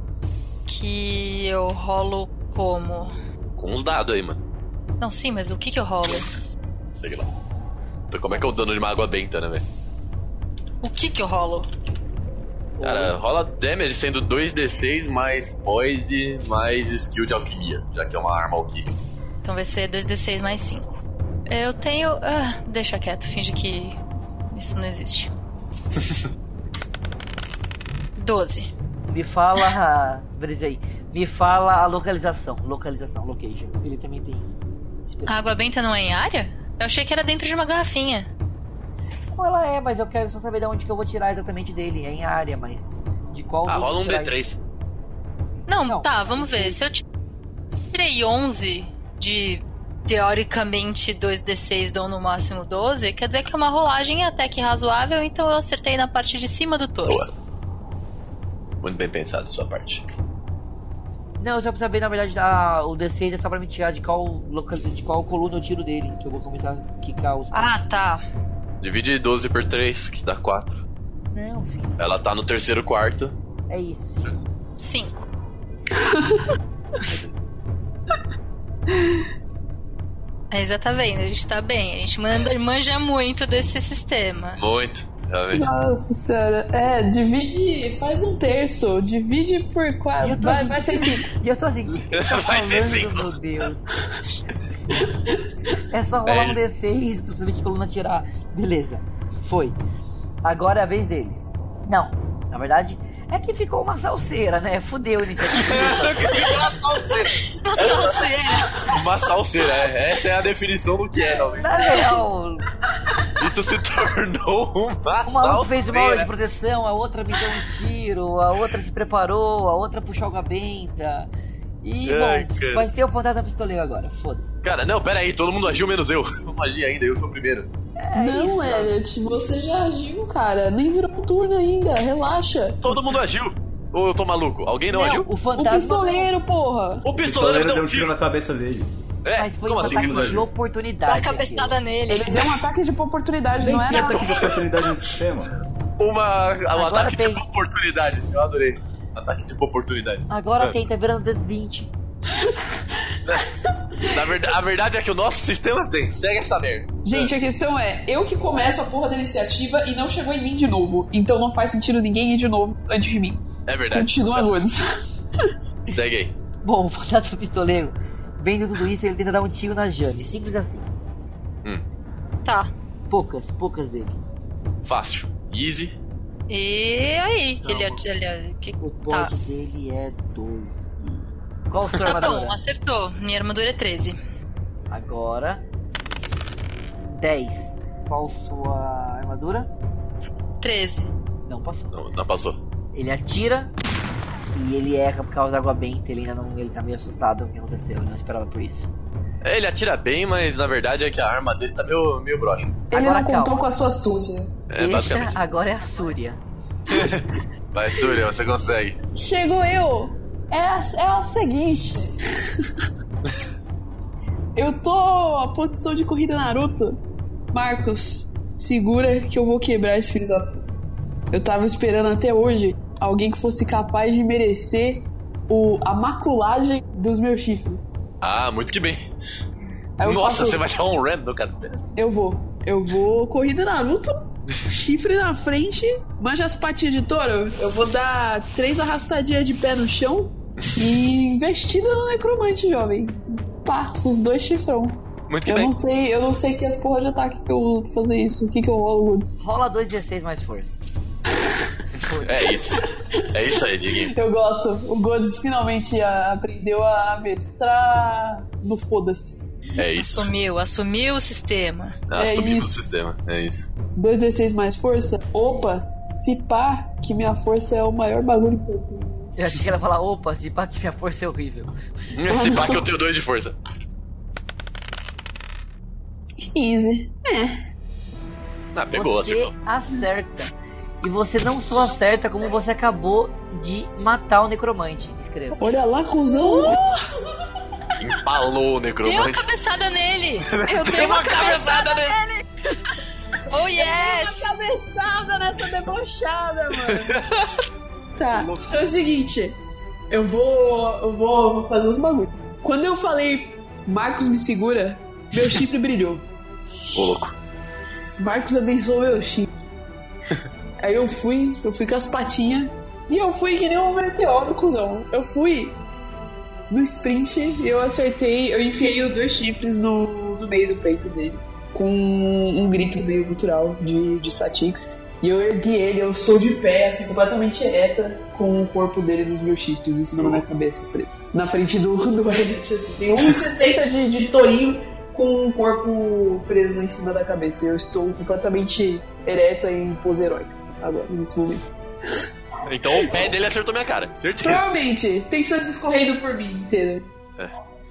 Speaker 7: Que eu rolo como?
Speaker 6: Com os dados aí, mano.
Speaker 7: Não, sim, mas o que que eu rolo?
Speaker 6: Sei lá. Então, como é que é o dano de uma água benta, né, velho?
Speaker 7: O que que eu rolo?
Speaker 6: Cara, rola damage sendo 2d6 mais poise mais skill de alquimia, já que é uma arma alquímica.
Speaker 7: Então vai ser 2d6 mais 5. Eu tenho. Ah, deixa quieto, finge que isso não existe. 12.
Speaker 2: Me fala. Brisei. Me fala a localização. Localização, location. Ele também tem. especial.
Speaker 7: A água benta não é em área? Eu achei que era dentro de uma garrafinha.
Speaker 5: Ah.
Speaker 2: Como ela é, mas eu quero só saber de onde que eu vou tirar exatamente dele. É em área, mas. De qual.
Speaker 6: Ah,
Speaker 2: eu vou
Speaker 6: rola um
Speaker 2: tirar
Speaker 6: d3.
Speaker 7: Não,
Speaker 2: Não,
Speaker 7: tá, vamos ver.
Speaker 2: ok.
Speaker 7: Se eu ti- tirei 11 de teoricamente 2d6 dão no máximo 12, quer dizer que é uma rolagem até que razoável, então eu acertei na parte de cima do torso.
Speaker 6: Muito bem pensado da sua parte.
Speaker 2: isso? Não, eu só preciso saber, na verdade, a- o D6 é só pra me tirar de qual, local, de qual coluna eu tiro dele. Que eu vou começar a quicar os.
Speaker 7: Ah, tá.
Speaker 6: Divide 12 por 3, que dá 4.
Speaker 2: Não, filho.
Speaker 6: Ela tá no terceiro quarto.
Speaker 2: É isso, sim.
Speaker 7: 5. Aí já tá vendo, a gente tá bem. A gente manda, manja muito desse sistema.
Speaker 6: Muito, realmente.
Speaker 5: Nossa senhora. É, divide. Faz um terço. Divide por
Speaker 2: E eu
Speaker 5: quatro.
Speaker 2: tô
Speaker 5: Vai,
Speaker 2: assim-
Speaker 5: vai ser cinco.
Speaker 2: E eu tô assim, o que ele tá
Speaker 6: Vai ser
Speaker 2: falando,
Speaker 6: cinco.
Speaker 2: meu Deus? É só rolar um D6 pra saber que coluna tirar. Beleza, foi. Agora é a vez deles. Não, na verdade, é que ficou uma salseira, né? Fudeu a iniciativa.
Speaker 7: Uma salseira.
Speaker 6: Uma salseira, é. essa é a definição do que é, realmente.
Speaker 2: na real,
Speaker 6: Isso se tornou um- uma
Speaker 2: o maluco fez uma aula de
Speaker 6: salseira.
Speaker 2: proteção, a outra me deu um tiro, a outra se preparou, a outra puxou a benta. E,
Speaker 6: Ai,
Speaker 2: bom,
Speaker 6: cara.
Speaker 2: vai ser o fantasma pistoleiro agora, foda-se.
Speaker 6: Cara, não, pera aí, todo mundo agiu menos eu. Não agi ainda, eu sou o primeiro.
Speaker 5: Não,
Speaker 2: É isso,
Speaker 5: Elliot, você já agiu, cara. Nem virou um turno ainda. Relaxa.
Speaker 6: Todo mundo agiu. Ou eu tô maluco? Alguém não, agiu?
Speaker 2: O
Speaker 5: O
Speaker 2: fantasma...
Speaker 5: pistoleiro, porra.
Speaker 6: O
Speaker 1: O pistoleiro
Speaker 6: pistoleiro
Speaker 1: deu
Speaker 6: deu
Speaker 1: um tiro na cabeça dele.
Speaker 6: É,
Speaker 2: Mas foi um
Speaker 6: como assim?
Speaker 2: ataque
Speaker 6: que não
Speaker 2: de
Speaker 6: agiu?
Speaker 2: oportunidade.
Speaker 7: Dá a
Speaker 2: aquilo.
Speaker 7: cabeçada
Speaker 5: Ele
Speaker 7: nele.
Speaker 5: deu um ataque de oportunidade, não
Speaker 1: Nem tem
Speaker 5: era?
Speaker 1: ataque de oportunidade nesse sistema.
Speaker 6: Uma, um
Speaker 2: Agora
Speaker 6: ataque
Speaker 2: tem.
Speaker 6: de oportunidade. Eu adorei. Ataque de oportunidade.
Speaker 2: Agora
Speaker 6: É.
Speaker 2: tenta, virando dedo 20.
Speaker 6: Na verdade, a verdade é que o nosso sistema tem. Segue essa merda.
Speaker 5: Gente, a questão é, eu que começo a porra da iniciativa e não chegou em mim de novo. Então não faz sentido ninguém ir de novo antes de mim.
Speaker 6: É verdade.
Speaker 5: Continua, Woods.
Speaker 6: Segue aí.
Speaker 2: Bom, o fantasma pistoleiro, vendo tudo isso, ele tenta dar um tiro na Jane. Simples assim.
Speaker 7: Tá.
Speaker 2: Poucas, poucas dele.
Speaker 6: Fácil. Easy.
Speaker 7: E aí?
Speaker 2: Não.
Speaker 7: Ele, é, ele, que,
Speaker 2: O
Speaker 7: tá.
Speaker 2: bode dele é 12. Qual a sua
Speaker 7: Tá bom,
Speaker 2: armadura?
Speaker 7: acertou. Minha armadura é 13.
Speaker 2: Agora. 10. Qual a sua armadura?
Speaker 7: 13.
Speaker 2: Não passou.
Speaker 6: Não, não passou.
Speaker 2: Ele atira e ele erra por causa da água benta. Ele ainda não. Ele tá meio assustado com o que aconteceu. Ele não esperava por isso.
Speaker 6: É, Ele atira bem, mas na verdade é que a arma dele tá meio, meio broxa.
Speaker 5: Ele
Speaker 2: Agora
Speaker 5: não contou
Speaker 2: calma.
Speaker 5: com a sua astúcia.
Speaker 6: É,
Speaker 2: Deixa,
Speaker 6: basicamente.
Speaker 2: agora é a Súria.
Speaker 6: Vai, Surya, você consegue.
Speaker 5: Chegou eu. É, a- é o seguinte. eu tô a posição de corrida Naruto. Marcos, segura que eu vou quebrar esse filho da puta. Eu tava esperando até hoje alguém que fosse capaz de merecer o, a maculagem dos meus chifres.
Speaker 6: Ah, muito que bem.
Speaker 5: Aí eu
Speaker 6: Nossa,
Speaker 5: faço-
Speaker 6: você vai dar um random, cara. Beleza.
Speaker 5: Eu vou. Eu vou. Corrida Naruto. Chifre na frente. Manja as patinhas de touro. Eu vou dar três arrastadinhas de pé no chão. E investida no necromante, jovem. Pá, os dois chifrão.
Speaker 6: Muito que
Speaker 5: Eu
Speaker 6: bem.
Speaker 5: não sei, eu não sei que porra de ataque que eu uso pra fazer isso. O que, que eu rolo, Woods?
Speaker 2: Rola 2d6 mais força.
Speaker 6: É isso. É isso aí, Diguinho.
Speaker 5: Eu gosto. O Godz finalmente a- aprendeu a administrar no foda-se.
Speaker 6: É isso.
Speaker 7: Assumiu, assumiu o sistema.
Speaker 6: Ah,
Speaker 5: É
Speaker 6: Assumimos o
Speaker 5: isso.
Speaker 6: sistema. É isso.
Speaker 5: 2d6 mais força? Opa, se pá, que minha força é o maior bagulho que eu tenho.
Speaker 2: Eu achei que ela ia falar, opa, se pá que minha força é horrível.
Speaker 6: Se pá que eu tenho dois de força.
Speaker 5: 15. É.
Speaker 6: Ah, pegou,
Speaker 2: você
Speaker 6: acertou.
Speaker 2: acerta. E você não só acerta, como você acabou de matar o necromante. Descreva.
Speaker 5: Olha lá, cuzão.
Speaker 6: Empalou
Speaker 7: Deu uma
Speaker 6: o necromante.
Speaker 7: cabeçada nele! Eu
Speaker 6: Deu uma cabeçada nele.
Speaker 7: Oh yes!
Speaker 5: cabeçada nessa debochada, mano. tá. Então é o seguinte, eu vou, eu vou, vou fazer uns bagulho. Quando eu falei Marcos me segura, meu chifre brilhou.
Speaker 6: Ô, louco.
Speaker 5: Marcos abençoou meu chifre. Aí eu fui, eu fui com as patinhas e eu fui que nem um meteoro, cuzão. Eu fui no sprint e eu acertei, eu enfiei os dois chifres no, no meio do peito dele. Com um grito meio gutural de, de Satix. E eu ergui ele, eu estou de pé, assim, completamente ereta, com o corpo dele nos meus chifres, em cima da minha cabeça, preto. Na frente do, do Elliot, assim, tem 1,60 de, de tourinho com o corpo preso em cima da cabeça. Eu estou completamente ereta em pose heróica agora, nesse momento.
Speaker 6: Então o pé dele acertou minha cara. Certeza.
Speaker 5: Provavelmente, tem sangue escorrendo por mim inteira.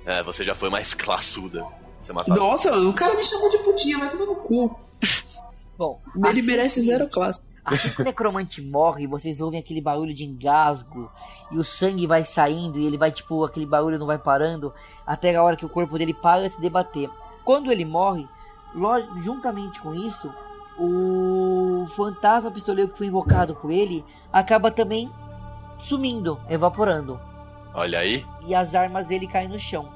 Speaker 6: É, você já foi mais classuda. Você matou.
Speaker 5: Nossa, mano, o cara me chamou de putinha, vai tomar no cu.
Speaker 2: Bom,
Speaker 5: Ele
Speaker 2: assim-
Speaker 5: merece zero classe.
Speaker 2: Assim que o necromante morre, vocês ouvem aquele barulho de engasgo e o sangue vai saindo e ele vai tipo, aquele barulho não vai parando até a hora que o corpo dele para de se debater. Quando ele morre, lo- juntamente com isso, o fantasma pistoleiro que foi invocado por ele acaba também sumindo, evaporando.
Speaker 6: Olha aí.
Speaker 2: E as armas dele caem no chão.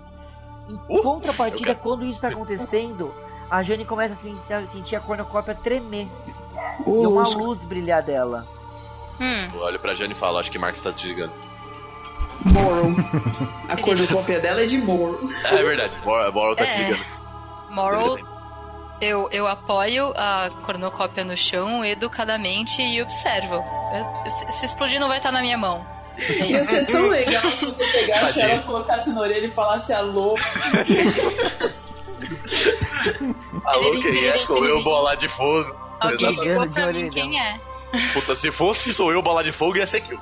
Speaker 2: Em
Speaker 6: Uh,
Speaker 2: contrapartida,
Speaker 6: eu
Speaker 2: quando isso está acontecendo, a Jane começa a sentir, a sentir a cornucópia tremer e
Speaker 5: Ô,
Speaker 2: uma
Speaker 5: Oscar,
Speaker 2: luz brilhar dela.
Speaker 7: Hum,
Speaker 6: Eu olho pra Jane e falo, acho que Marcos tá te ligando.
Speaker 5: Moral. A cor do cópia dela é de Moral.
Speaker 6: É verdade. Bora, bora tá te
Speaker 7: É.
Speaker 6: ligando.
Speaker 7: Moral, eu, eu apoio a cornucópia no chão educadamente e observo. Eu- eu- se, se explodir, não vai estar na minha mão.
Speaker 5: Ia ser tão legal se você pegasse
Speaker 6: Tadinha.
Speaker 5: ela, colocasse na orelha e falasse alô.
Speaker 6: Alô, quem é? Sou eu, bola de fogo.
Speaker 7: Alguém
Speaker 6: Exatamente.
Speaker 7: ligou
Speaker 2: Ligando de
Speaker 7: pra mim
Speaker 2: orelhão.
Speaker 7: quem é.
Speaker 6: Puta, se fosse sou eu, bola de fogo, ia ser kill.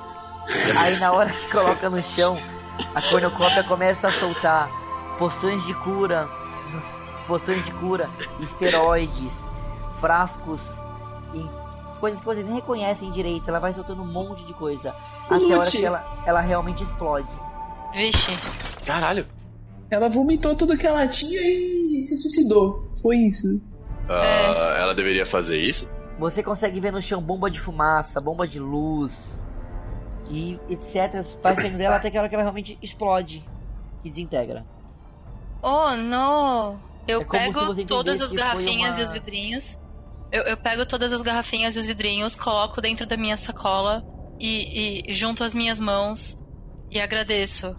Speaker 2: Aí na hora que coloca no chão, a cornucópia começa a soltar poções de cura, poções de cura, esteroides, frascos e coisas que vocês nem reconhecem direito. Ela vai soltando um monte de coisa até a hora
Speaker 5: Lute.
Speaker 2: que ela, ela realmente explode.
Speaker 7: Vixe,
Speaker 6: Caralho.
Speaker 5: Ela vomitou tudo que ela tinha e se suicidou. Foi isso. né?
Speaker 6: Ah, Ela deveria fazer isso?
Speaker 2: Você consegue ver no chão bomba de fumaça, bomba de luz e etc. Vai saindo dela até que a hora que ela realmente explode e desintegra.
Speaker 7: Oh, não! Eu
Speaker 2: É como se você
Speaker 7: pego todas
Speaker 2: entendesse
Speaker 7: as
Speaker 2: que foi
Speaker 7: garrafinhas
Speaker 2: uma-
Speaker 7: e os vidrinhos. Eu, eu pego todas as garrafinhas e os vidrinhos, coloco dentro da minha sacola e, e junto as minhas mãos e agradeço.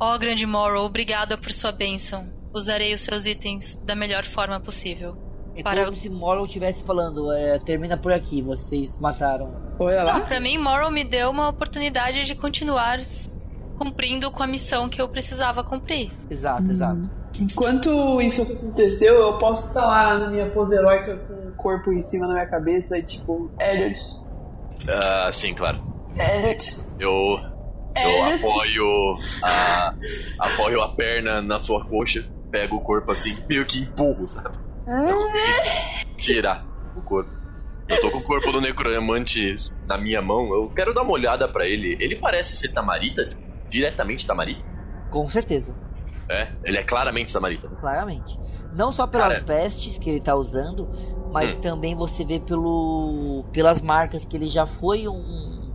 Speaker 7: Ó, grande Morrow, obrigada por sua bênção. Usarei os seus itens da melhor forma possível.
Speaker 2: É
Speaker 7: Para-
Speaker 2: como se Morrow estivesse falando, é, termina por aqui, vocês mataram
Speaker 5: Olha
Speaker 7: Ah,
Speaker 5: lá.
Speaker 7: pra mim, Morrow me deu uma oportunidade de continuar s- cumprindo com a missão que eu precisava cumprir.
Speaker 2: Exato, exato.
Speaker 5: Enquanto isso aconteceu, eu posso estar lá na minha pose heróica com o corpo em cima da minha cabeça e tipo, Elliot,
Speaker 6: Ah, sim, claro.
Speaker 5: Elliot,
Speaker 6: Eu, eu
Speaker 5: Elliot.
Speaker 6: apoio a, apoio a perna na sua coxa, pego o corpo assim, meio que empurro, sabe? Pra conseguir tirar o corpo. Eu tô com o corpo do necromante na minha mão, eu quero dar uma olhada pra ele. Ele parece ser tamarita, diretamente tamarita.
Speaker 2: Com certeza,
Speaker 6: É, ele é claramente tamarita. né?
Speaker 2: claramente. Não só pelas
Speaker 6: Cara. Hum.
Speaker 2: vestes que ele tá usando, mas também você vê pelo pelas marcas que ele já foi um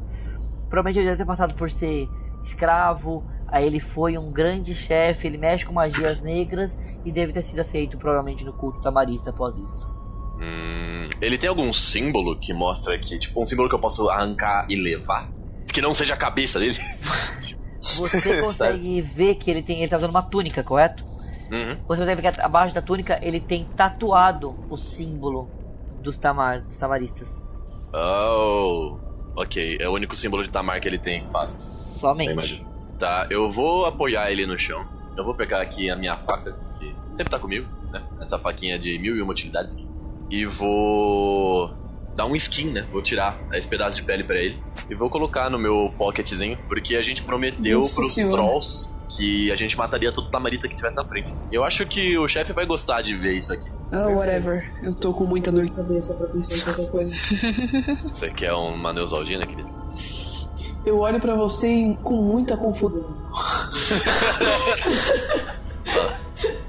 Speaker 2: provavelmente ele deve ter passado por ser escravo, aí ele foi um grande chefe, ele mexe com magias negras e deve ter sido aceito provavelmente no culto tamarista após isso.
Speaker 6: Hum, ele tem algum símbolo que mostra que, tipo, um símbolo que eu posso arrancar e levar? Que não seja a cabeça dele.
Speaker 2: Você consegue ver que ele tem ele tá usando uma túnica, correto?
Speaker 6: Uhum.
Speaker 2: Você consegue ver que abaixo da túnica ele tem tatuado o símbolo dos, tamar, dos tamaristas.
Speaker 6: Oh. Ok, é o único símbolo de Tamar que ele tem, passos. Eu
Speaker 2: Somente.
Speaker 6: imagino. Tá, eu vou apoiar ele no chão. Eu vou pegar aqui a minha faca, que sempre tá comigo, né? Essa faquinha de mil e uma utilidades aqui. E vou dar um skin, né? Vou tirar esse pedaço de pele pra ele. E vou colocar no meu pocketzinho, porque a gente prometeu
Speaker 5: Nossa
Speaker 6: pros
Speaker 5: Senhora.
Speaker 6: trolls que a gente mataria todo tamarita que tivesse na frente. Eu acho que o chefe vai gostar de ver isso aqui.
Speaker 5: Ah, whatever. Eu tô com muita dor de cabeça pra pensar em qualquer coisa.
Speaker 6: Você quer uma Neusaldina, querido?
Speaker 5: Eu olho pra você em- com muita confusão.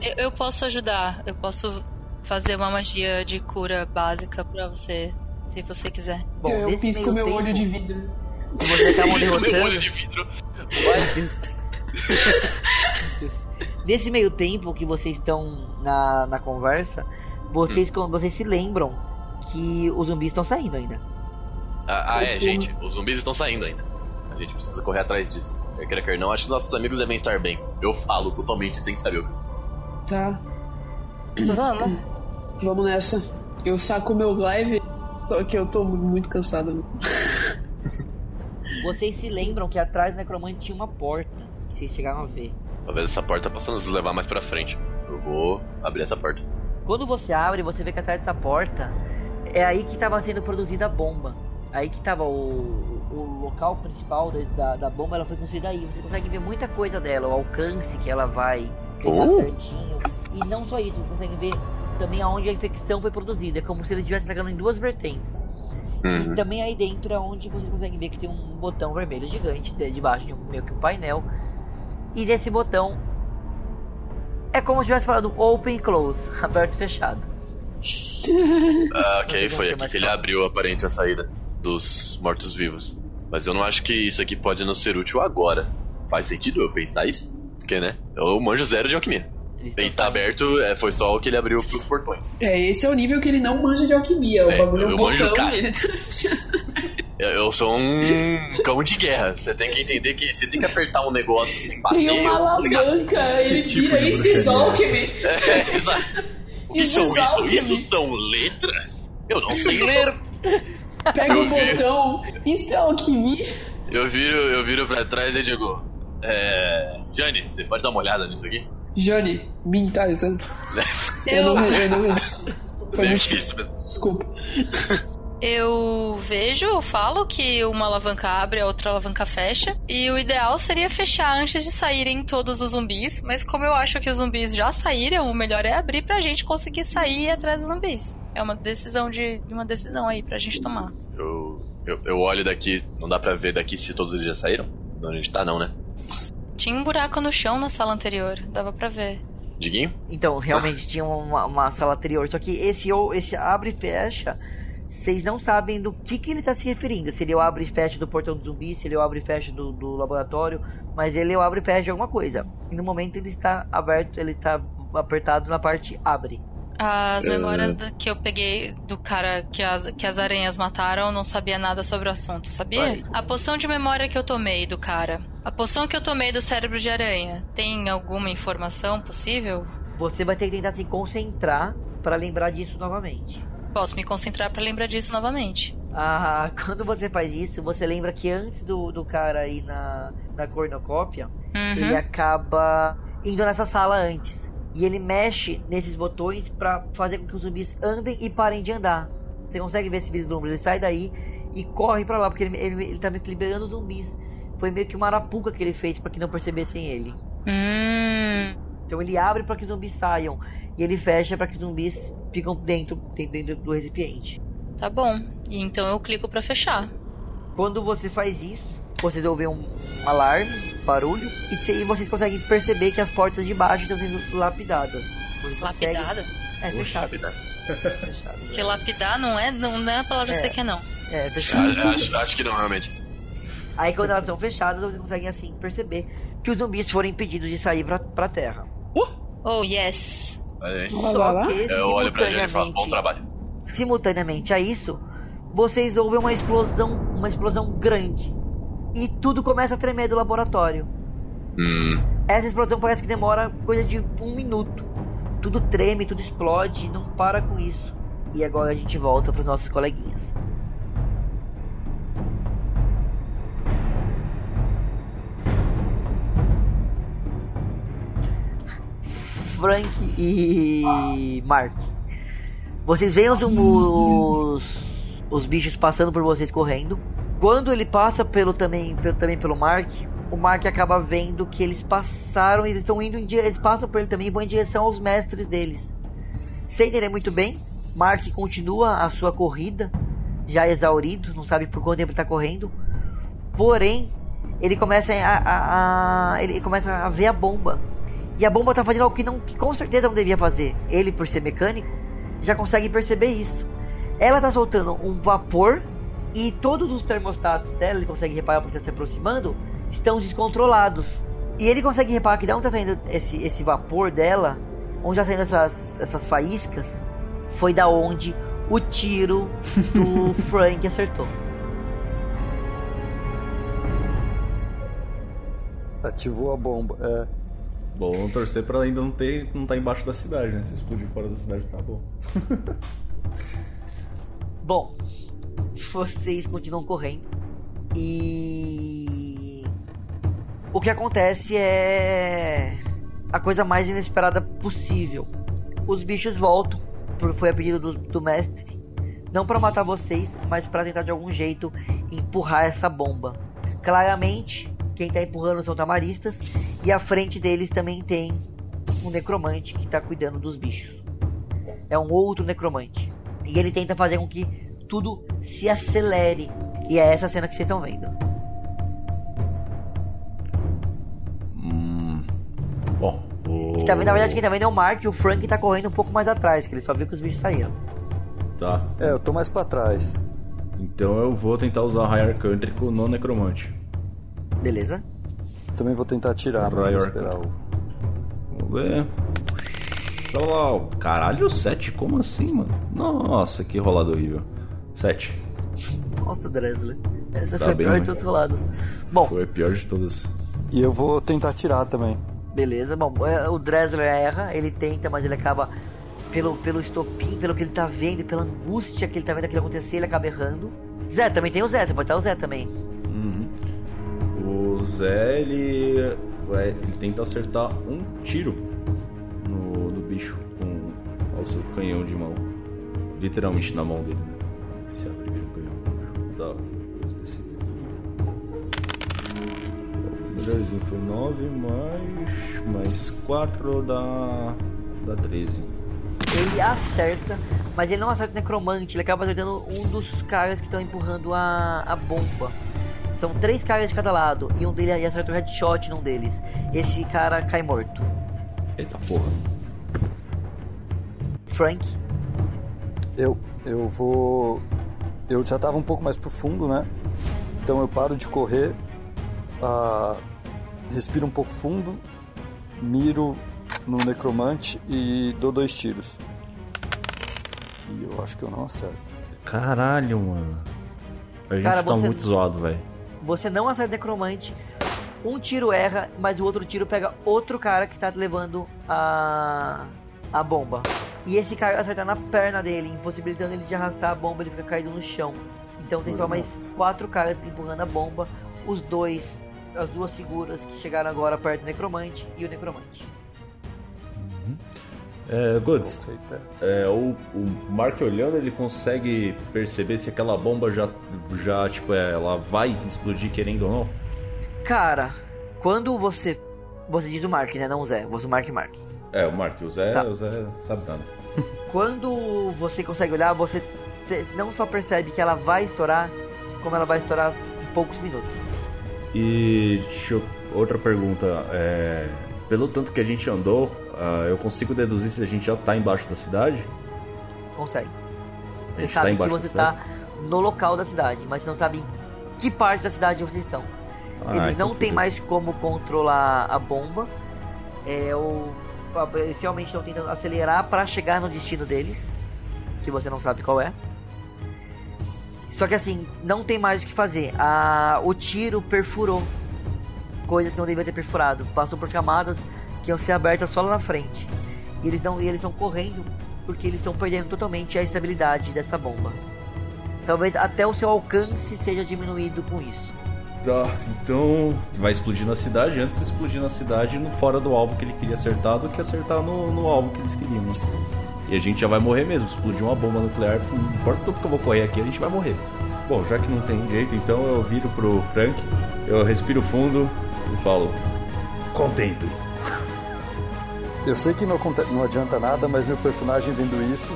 Speaker 7: Eu, eu posso ajudar. Eu posso fazer uma magia de cura básica pra você, se você quiser.
Speaker 2: Bom,
Speaker 5: eu
Speaker 2: nesse
Speaker 5: pisco
Speaker 2: meio
Speaker 5: meu
Speaker 2: tempo,
Speaker 5: olho de vidro.
Speaker 2: Vocês
Speaker 5: Tá
Speaker 2: acabam
Speaker 6: Meu
Speaker 2: derrotando.
Speaker 6: olho de vidro.
Speaker 2: Ai, Deus. Deus. Nesse meio tempo que vocês estão na, na conversa,
Speaker 6: Hum.
Speaker 2: vocês, com- vocês se lembram que os zumbis estão saindo ainda.
Speaker 6: Ah, ah, é,
Speaker 5: Uhum.
Speaker 6: gente. Os zumbis estão saindo ainda. A gente precisa correr atrás disso. Quer queira, quer não, acho que nossos amigos devem estar bem. Eu falo totalmente sem saber. o que-
Speaker 5: Tá,
Speaker 7: Vamos.
Speaker 5: vamos nessa. Eu saco meu glaive, só que eu tô muito cansado.
Speaker 2: Vocês se lembram que atrás do necromante tinha uma porta que vocês chegaram a ver.
Speaker 6: Talvez essa porta possa nos levar mais pra frente. Eu vou abrir essa porta.
Speaker 2: Quando você abre, você vê que atrás dessa porta é aí que estava sendo produzida a bomba. Aí que estava o, o local principal da, da, da bomba, ela foi construída aí. Você consegue ver muita coisa dela, o alcance que ela vai, que tá
Speaker 6: Oh.
Speaker 2: certinho. E não só isso, você consegue ver também aonde a infecção foi produzida. É como se eles estivessem atacando em duas vertentes.
Speaker 6: Uhum.
Speaker 2: E também aí dentro é onde vocês conseguem ver que tem um botão vermelho gigante de- debaixo de um, meio que um painel. E nesse botão é como se tivesse falado open e close, aberto e fechado.
Speaker 6: Ah, ok,
Speaker 2: Vamos
Speaker 6: foi
Speaker 2: ver
Speaker 6: aqui
Speaker 2: mais
Speaker 6: que ele
Speaker 2: calma.
Speaker 6: abriu aparente a saída dos mortos-vivos. Mas eu não acho que isso aqui pode nos ser útil agora. Faz sentido eu pensar isso? Porque, né? Eu manjo zero de alquimia.
Speaker 2: Eles
Speaker 6: E
Speaker 2: estão
Speaker 6: tá
Speaker 2: saindo.
Speaker 6: aberto, é, foi só o que ele abriu pros portões.
Speaker 5: É, esse é o nível que ele não manja de alquimia. O
Speaker 6: É,
Speaker 5: bagulho é um
Speaker 6: eu manjo,
Speaker 5: botão
Speaker 6: cara.
Speaker 5: e ele
Speaker 6: Eu, eu sou um cão de guerra. Você tem que entender que você tem que apertar um negócio sem bater.
Speaker 5: tem uma
Speaker 6: tá ligado?
Speaker 5: alavanca, ele
Speaker 8: tipo
Speaker 5: vira
Speaker 8: de
Speaker 5: isso
Speaker 8: bruxaria?
Speaker 5: desalquime.
Speaker 6: É, exato. O que são isso?
Speaker 5: Desalquime.
Speaker 6: Isso são letras? Eu não sei ler.
Speaker 5: Pega o
Speaker 6: Eu vi.
Speaker 5: botão, isso é alquimia.
Speaker 6: Eu viro, eu viro pra trás e digo: É. Jane, você pode dar uma olhada nisso aqui?
Speaker 5: Johnny, me interessa. Eu
Speaker 7: Eu-
Speaker 5: não, re- eu não resisti. Foi
Speaker 6: Meio
Speaker 5: muito...
Speaker 6: que isso mesmo.
Speaker 5: Desculpa.
Speaker 7: Eu vejo, eu falo que uma alavanca abre, a outra alavanca fecha. E o ideal seria fechar antes de saírem todos os zumbis. Mas como eu acho que os zumbis já saíram, o melhor é abrir pra gente conseguir sair e ir atrás dos zumbis. É uma decisão de. uma decisão aí pra gente tomar.
Speaker 6: Eu, eu, eu olho daqui, não dá pra ver daqui se todos eles já saíram? De onde a gente tá, não, né?
Speaker 7: Tinha um buraco no chão na sala anterior, dava pra ver.
Speaker 6: Diguinho?
Speaker 2: Então, realmente tinha uma, uma sala anterior. Só que esse, ou- esse abre e fecha, vocês não sabem do que, que ele está se referindo. Se ele é o abre e fecha do portão do zumbi, se ele é o abre e fecha do, do laboratório, mas ele é o abre e fecha de alguma coisa. E no momento ele está aberto, ele está apertado na parte abre.
Speaker 7: As
Speaker 6: É.
Speaker 7: memórias da- que eu peguei do cara que as, que as aranhas mataram, eu não sabia nada sobre o assunto, sabia?
Speaker 2: Olha.
Speaker 7: A poção de memória que eu tomei do cara. A poção que eu tomei do cérebro de aranha. Tem alguma informação possível?
Speaker 2: Você vai ter que tentar se concentrar para lembrar disso novamente.
Speaker 7: Posso me concentrar pra lembrar disso novamente.
Speaker 2: Ah, quando você faz isso, você lembra que antes do, do cara ir na, na cornucópia, ele
Speaker 7: Uhum.
Speaker 2: acaba indo nessa sala antes. E ele mexe nesses botões pra fazer com que os zumbis andem e parem de andar. Você consegue ver esse vislumbre? Ele sai daí e corre pra lá, porque ele, ele, ele tá meio que liberando os zumbis. Foi meio que uma arapuca que ele fez pra que não percebessem ele.
Speaker 7: Hum.
Speaker 2: Então ele abre pra que os zumbis saiam e ele fecha pra que os zumbis ficam dentro, dentro, dentro do recipiente.
Speaker 7: Tá bom. E então eu clico pra fechar.
Speaker 2: Quando você faz isso, vocês ouvem um alarme, barulho, e, se- e vocês conseguem perceber que as portas de baixo estão sendo lapidadas. Você consegue-
Speaker 7: Lapidada?
Speaker 2: É fechado.
Speaker 6: Puxa vida.
Speaker 2: Fechado.
Speaker 7: Porque lapidar não é, não, não é a palavra
Speaker 2: É.
Speaker 7: que você quer, não.
Speaker 2: É, fechado.
Speaker 6: Ah, acho, acho que não, realmente.
Speaker 2: Aí quando elas são fechadas, vocês conseguem assim perceber que os zumbis foram impedidos de sair pra, pra terra.
Speaker 7: Oh, yes.
Speaker 6: Olha aí.
Speaker 5: Vai lá,
Speaker 2: Só
Speaker 5: lá.
Speaker 2: que
Speaker 6: Eu olho É, pra Jane e falo: Bom
Speaker 2: simultaneamente,
Speaker 6: trabalho.
Speaker 2: simultaneamente a isso, vocês ouvem uma explosão, uma explosão grande. E tudo começa a tremer do laboratório.
Speaker 6: Hum.
Speaker 2: Essa explosão parece que demora coisa de um minuto. Tudo treme, tudo explode, não para com isso. E agora a gente volta pros nossos coleguinhas. Frank e Mark. Vocês veem os, os, os bichos passando por vocês correndo. Quando ele passa pelo também, pelo, também pelo Mark, o Mark acaba vendo que eles passaram, eles estão indo em dire- eles passam por ele também e vão em direção aos mestres deles. Sem entender muito bem, Mark continua a sua corrida, já exaurido, não sabe por quanto tempo está correndo. Porém, ele começa a, a- a- ele começa a ver a bomba. E a bomba tá fazendo algo que, não, que com certeza não devia fazer. Ele, por ser mecânico, já consegue perceber isso. Ela tá soltando um vapor e todos os termostatos dela, ele consegue reparar porque tá se aproximando, estão descontrolados. E ele consegue reparar que de onde tá saindo esse, esse vapor dela, onde tá saindo essas, essas faíscas, foi da onde o tiro do Frank acertou.
Speaker 4: Ativou a bomba. É.
Speaker 1: Bom, vamos torcer pra ainda não ter, não tá embaixo da cidade, né? Se explodir fora da cidade, tá bom.
Speaker 2: Bom, vocês continuam correndo e o que acontece é a coisa mais inesperada possível. Os bichos voltam, por foi a pedido do, do mestre, não para matar vocês, mas para tentar de algum jeito empurrar essa bomba. Claramente, quem tá empurrando são tamaristas e à frente deles também tem um necromante que tá cuidando dos bichos. É um outro necromante. E ele tenta fazer com que tudo se acelere. E é essa cena que vocês estão vendo.
Speaker 1: Hum. Bom. O...
Speaker 2: Que tá vendo, na verdade, quem tá vendo é o Mark e o Frank tá correndo um pouco mais atrás, que ele só viu que os bichos saíram.
Speaker 1: Tá.
Speaker 4: É, eu tô mais pra trás.
Speaker 1: Então eu vou tentar usar raio arcântrico no necromante.
Speaker 2: Beleza?
Speaker 4: Também vou tentar atirar, mas
Speaker 1: Raio
Speaker 4: vou esperar o.
Speaker 1: Vamos ver. Lá, lá, lá. Caralho, 7? Como assim, mano? Nossa, que rolado horrível. 7.
Speaker 2: Nossa, Dresler. Essa
Speaker 1: Tá
Speaker 2: foi a
Speaker 1: bem
Speaker 2: pior
Speaker 1: ruim.
Speaker 2: de todos os lados. Bom,
Speaker 1: Foi a pior de todas.
Speaker 4: E eu vou tentar atirar também.
Speaker 2: beleza. Bom, é, o Dresler erra, ele tenta, mas ele acaba. Pelo, pelo estopim, pelo que ele tá vendo, pela angústia que ele tá vendo aquilo acontecer, ele acaba errando. Zé, também tem o Zé, você pode dar o Zé também.
Speaker 1: O Zé, ele, vai- ele tenta acertar um tiro no, no bicho com ao seu canhão de mão. Literalmente na mão dele. né? Esse é o primeiro canhão. Deixa eu mudar os desse aqui. Melhorzinho foi 9 mais, mais 4 dá, dá 13.
Speaker 2: Ele acerta, mas ele não acerta o necromante, ele acaba acertando um dos caras que estão empurrando a, a bomba. São três caras de cada lado, e um deles acerta o headshot num deles. Esse cara cai morto.
Speaker 1: Eita porra.
Speaker 2: Frank,
Speaker 4: Eu, eu vou. Eu já tava um pouco mais pro fundo, né? Então eu paro de correr, ah, respiro um pouco fundo, miro no necromante e dou dois tiros. E eu acho que eu não acerto.
Speaker 1: Caralho, mano. A gente
Speaker 2: Cara,
Speaker 1: tá
Speaker 2: você-
Speaker 1: muito zoado, velho.
Speaker 2: você não acerta o necromante. Um tiro erra, mas o outro tiro pega outro cara que tá levando a, a bomba. E esse cara acerta na perna dele, impossibilitando ele de arrastar a bomba, ele fica caído no chão. Então tem só mais quatro caras empurrando a bomba, os dois, as duas figuras que chegaram agora perto do necromante e o necromante.
Speaker 1: É, Goods,
Speaker 4: Não sei, pera.
Speaker 2: tá.
Speaker 1: É, o, o Mark olhando, ele consegue perceber se aquela bomba já, já tipo, é, ela vai explodir querendo ou não?
Speaker 2: Cara, quando você. Você diz o Mark, né? Não o Zé, você o Mark Mark.
Speaker 1: É, o Mark, o Zé,
Speaker 2: Tá.
Speaker 1: o Zé sabe nada.
Speaker 2: Quando você consegue olhar, você cê- não só percebe que ela vai estourar, como ela vai estourar em poucos minutos.
Speaker 1: E deixa eu- outra pergunta, é, pelo tanto que a gente andou, ah, eu consigo deduzir se a gente já tá embaixo da cidade?
Speaker 2: Consegue. Você
Speaker 1: gente tá
Speaker 2: sabe que
Speaker 1: embaixo
Speaker 2: você
Speaker 1: da
Speaker 2: tá no local da cidade, mas você não sabe em que parte da cidade vocês estão. Eles não têm
Speaker 1: tem
Speaker 2: mais como controlar a bomba. É, o, a- eles realmente estão tentando acelerar para chegar no destino deles, que você não sabe qual é. Só que assim, não tem mais o que fazer. A, o tiro perfurou coisas que não devia ter perfurado. Passou por camadas que iam ser abertas só lá na frente. E eles não, e eles estão correndo porque eles estão perdendo totalmente a estabilidade dessa bomba. Talvez até o seu alcance seja diminuído com isso.
Speaker 1: Tá, então vai explodir na cidade. Antes de explodir na cidade, no- fora do alvo que ele queria acertar, do que acertar no, no alvo que eles queriam. né? E a gente já vai morrer mesmo. Explodir uma bomba nuclear, não importa o tanto que eu vou correr aqui, a gente vai morrer. Bom, já que não tem jeito, então eu viro pro Frank, eu respiro fundo e falo:
Speaker 8: Contemple.
Speaker 4: Eu sei que não, aconte- não adianta nada, mas meu personagem vendo isso,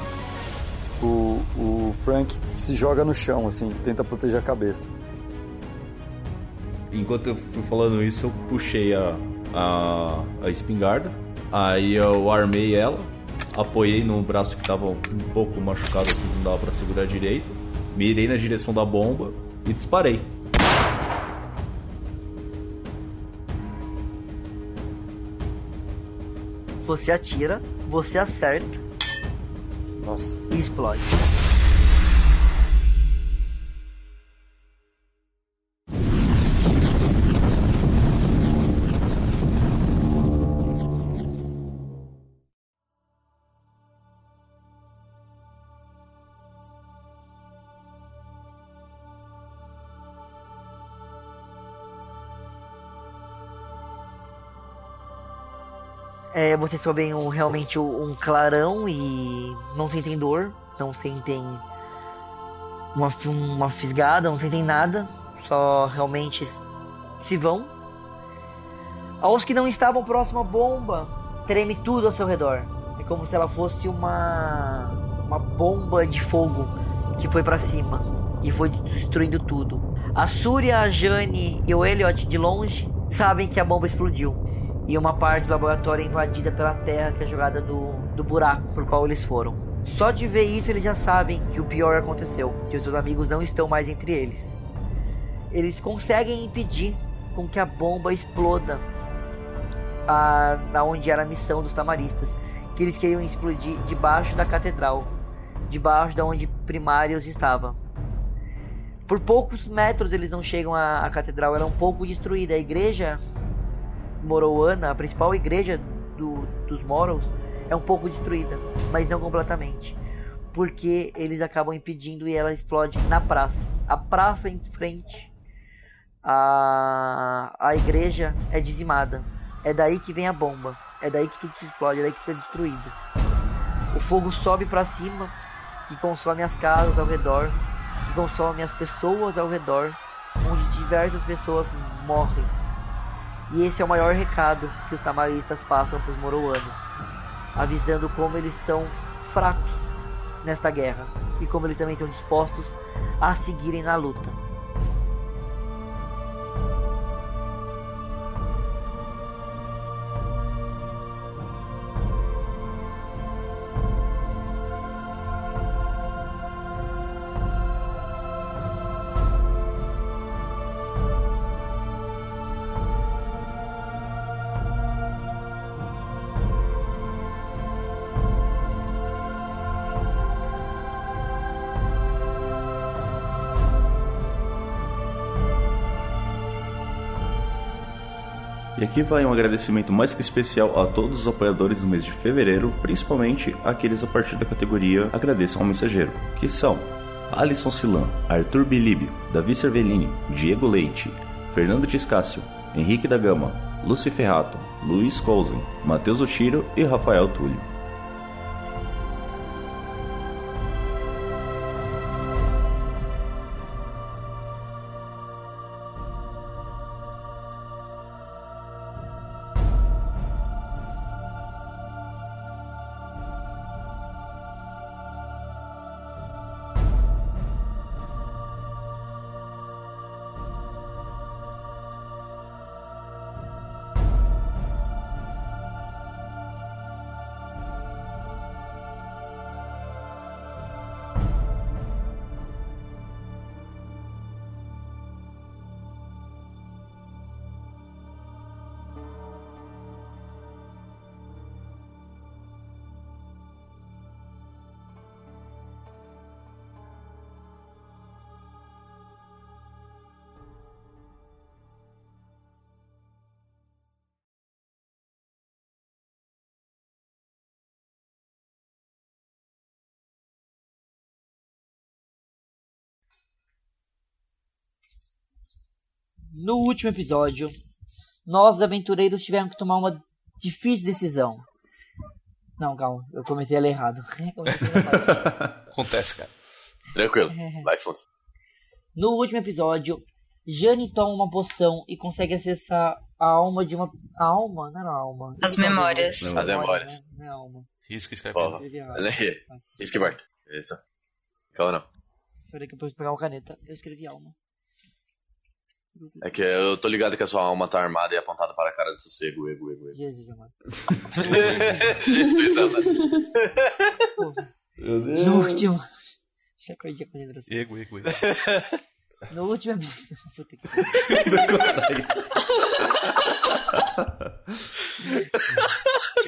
Speaker 4: o, o Frank se joga no chão, assim, tenta proteger a cabeça.
Speaker 1: Enquanto eu fui falando isso, eu puxei a, a, a espingarda, aí eu armei ela, apoiei no braço que estava um pouco machucado, assim, que não dava pra segurar direito, mirei na direção da bomba e disparei.
Speaker 2: Você atira, você acerta
Speaker 4: Nossa,
Speaker 2: e explode. É, vocês só veem um, realmente um um clarão e não sentem dor, não sentem uma, fi- uma fisgada, não sentem nada, só realmente s- se vão. Aos que não estavam próximo à bomba, treme tudo ao seu redor. É como se ela fosse uma, uma bomba de fogo que foi pra cima e foi destruindo tudo. A Surya, a Jane e o Elliot de longe sabem que a bomba explodiu e uma parte do laboratório é invadida pela terra, que é a jogada do, do buraco por qual eles foram. Só de ver isso, eles já sabem que o pior aconteceu, que os seus amigos não estão mais entre eles. Eles conseguem impedir com que a bomba exploda a, da onde era a missão dos tamaristas, que eles queriam explodir debaixo da catedral, debaixo da onde Primários estava. Por poucos metros eles não chegam à, à catedral, ela é um pouco destruída. A igreja Moroana, a principal igreja do- dos Moros, é um pouco destruída, mas não completamente. Porque eles acabam impedindo e ela explode na praça. A praça em frente à, à igreja é dizimada. É daí que vem a bomba. É daí que tudo se explode, é daí que tudo é destruído. O fogo sobe pra cima, que consome as casas ao redor, que consome as pessoas ao redor, onde diversas pessoas morrem. E esse é o maior recado que os tamaristas passam para os moroanos, avisando como eles são fracos nesta guerra e como eles também estão dispostos a seguirem na luta.
Speaker 1: E aqui vai um agradecimento mais que especial a todos os apoiadores do mês de fevereiro, principalmente aqueles a partir da categoria Agradeçam ao Mensageiro, que são Alisson Silan, Arthur Bilíbio, Davi Cervellini, Diego Leite, Fernando Tiscácio, Henrique da Gama, Luci Ferrato, Luiz Cousin, Matheus Oshiro e Rafael Túlio.
Speaker 9: No último episódio, nós aventureiros tivemos que tomar uma difícil decisão. Não, calma, eu comecei a ler errado. Comecei a ler errado.
Speaker 3: Acontece, cara.
Speaker 6: Tranquilo.
Speaker 5: É.
Speaker 6: Vai, Afonso.
Speaker 9: No último episódio, Jane toma uma poção e consegue acessar a alma de uma. A alma? Não era a alma.
Speaker 2: Tá
Speaker 7: As memórias.
Speaker 6: As memórias. é
Speaker 9: né? Não é a alma.
Speaker 3: Risca escreve.
Speaker 6: Porra.
Speaker 9: Escrevi errado.
Speaker 6: Olha aí.
Speaker 9: Mas-
Speaker 6: Isso que importa. Beleza. Calma não.
Speaker 9: Peraí que eu preciso pegar uma caneta. Eu escrevi alma.
Speaker 6: É que eu tô ligado que a sua alma tá armada e apontada para a cara do sossego, ego, ego, ego.
Speaker 9: Jesus, amado.
Speaker 6: Jesus, amado.
Speaker 4: Meu Deus.
Speaker 9: No último. Já perdi a concentração.
Speaker 3: Ego, ego, ego.
Speaker 9: No último episódio. Puta que pariu.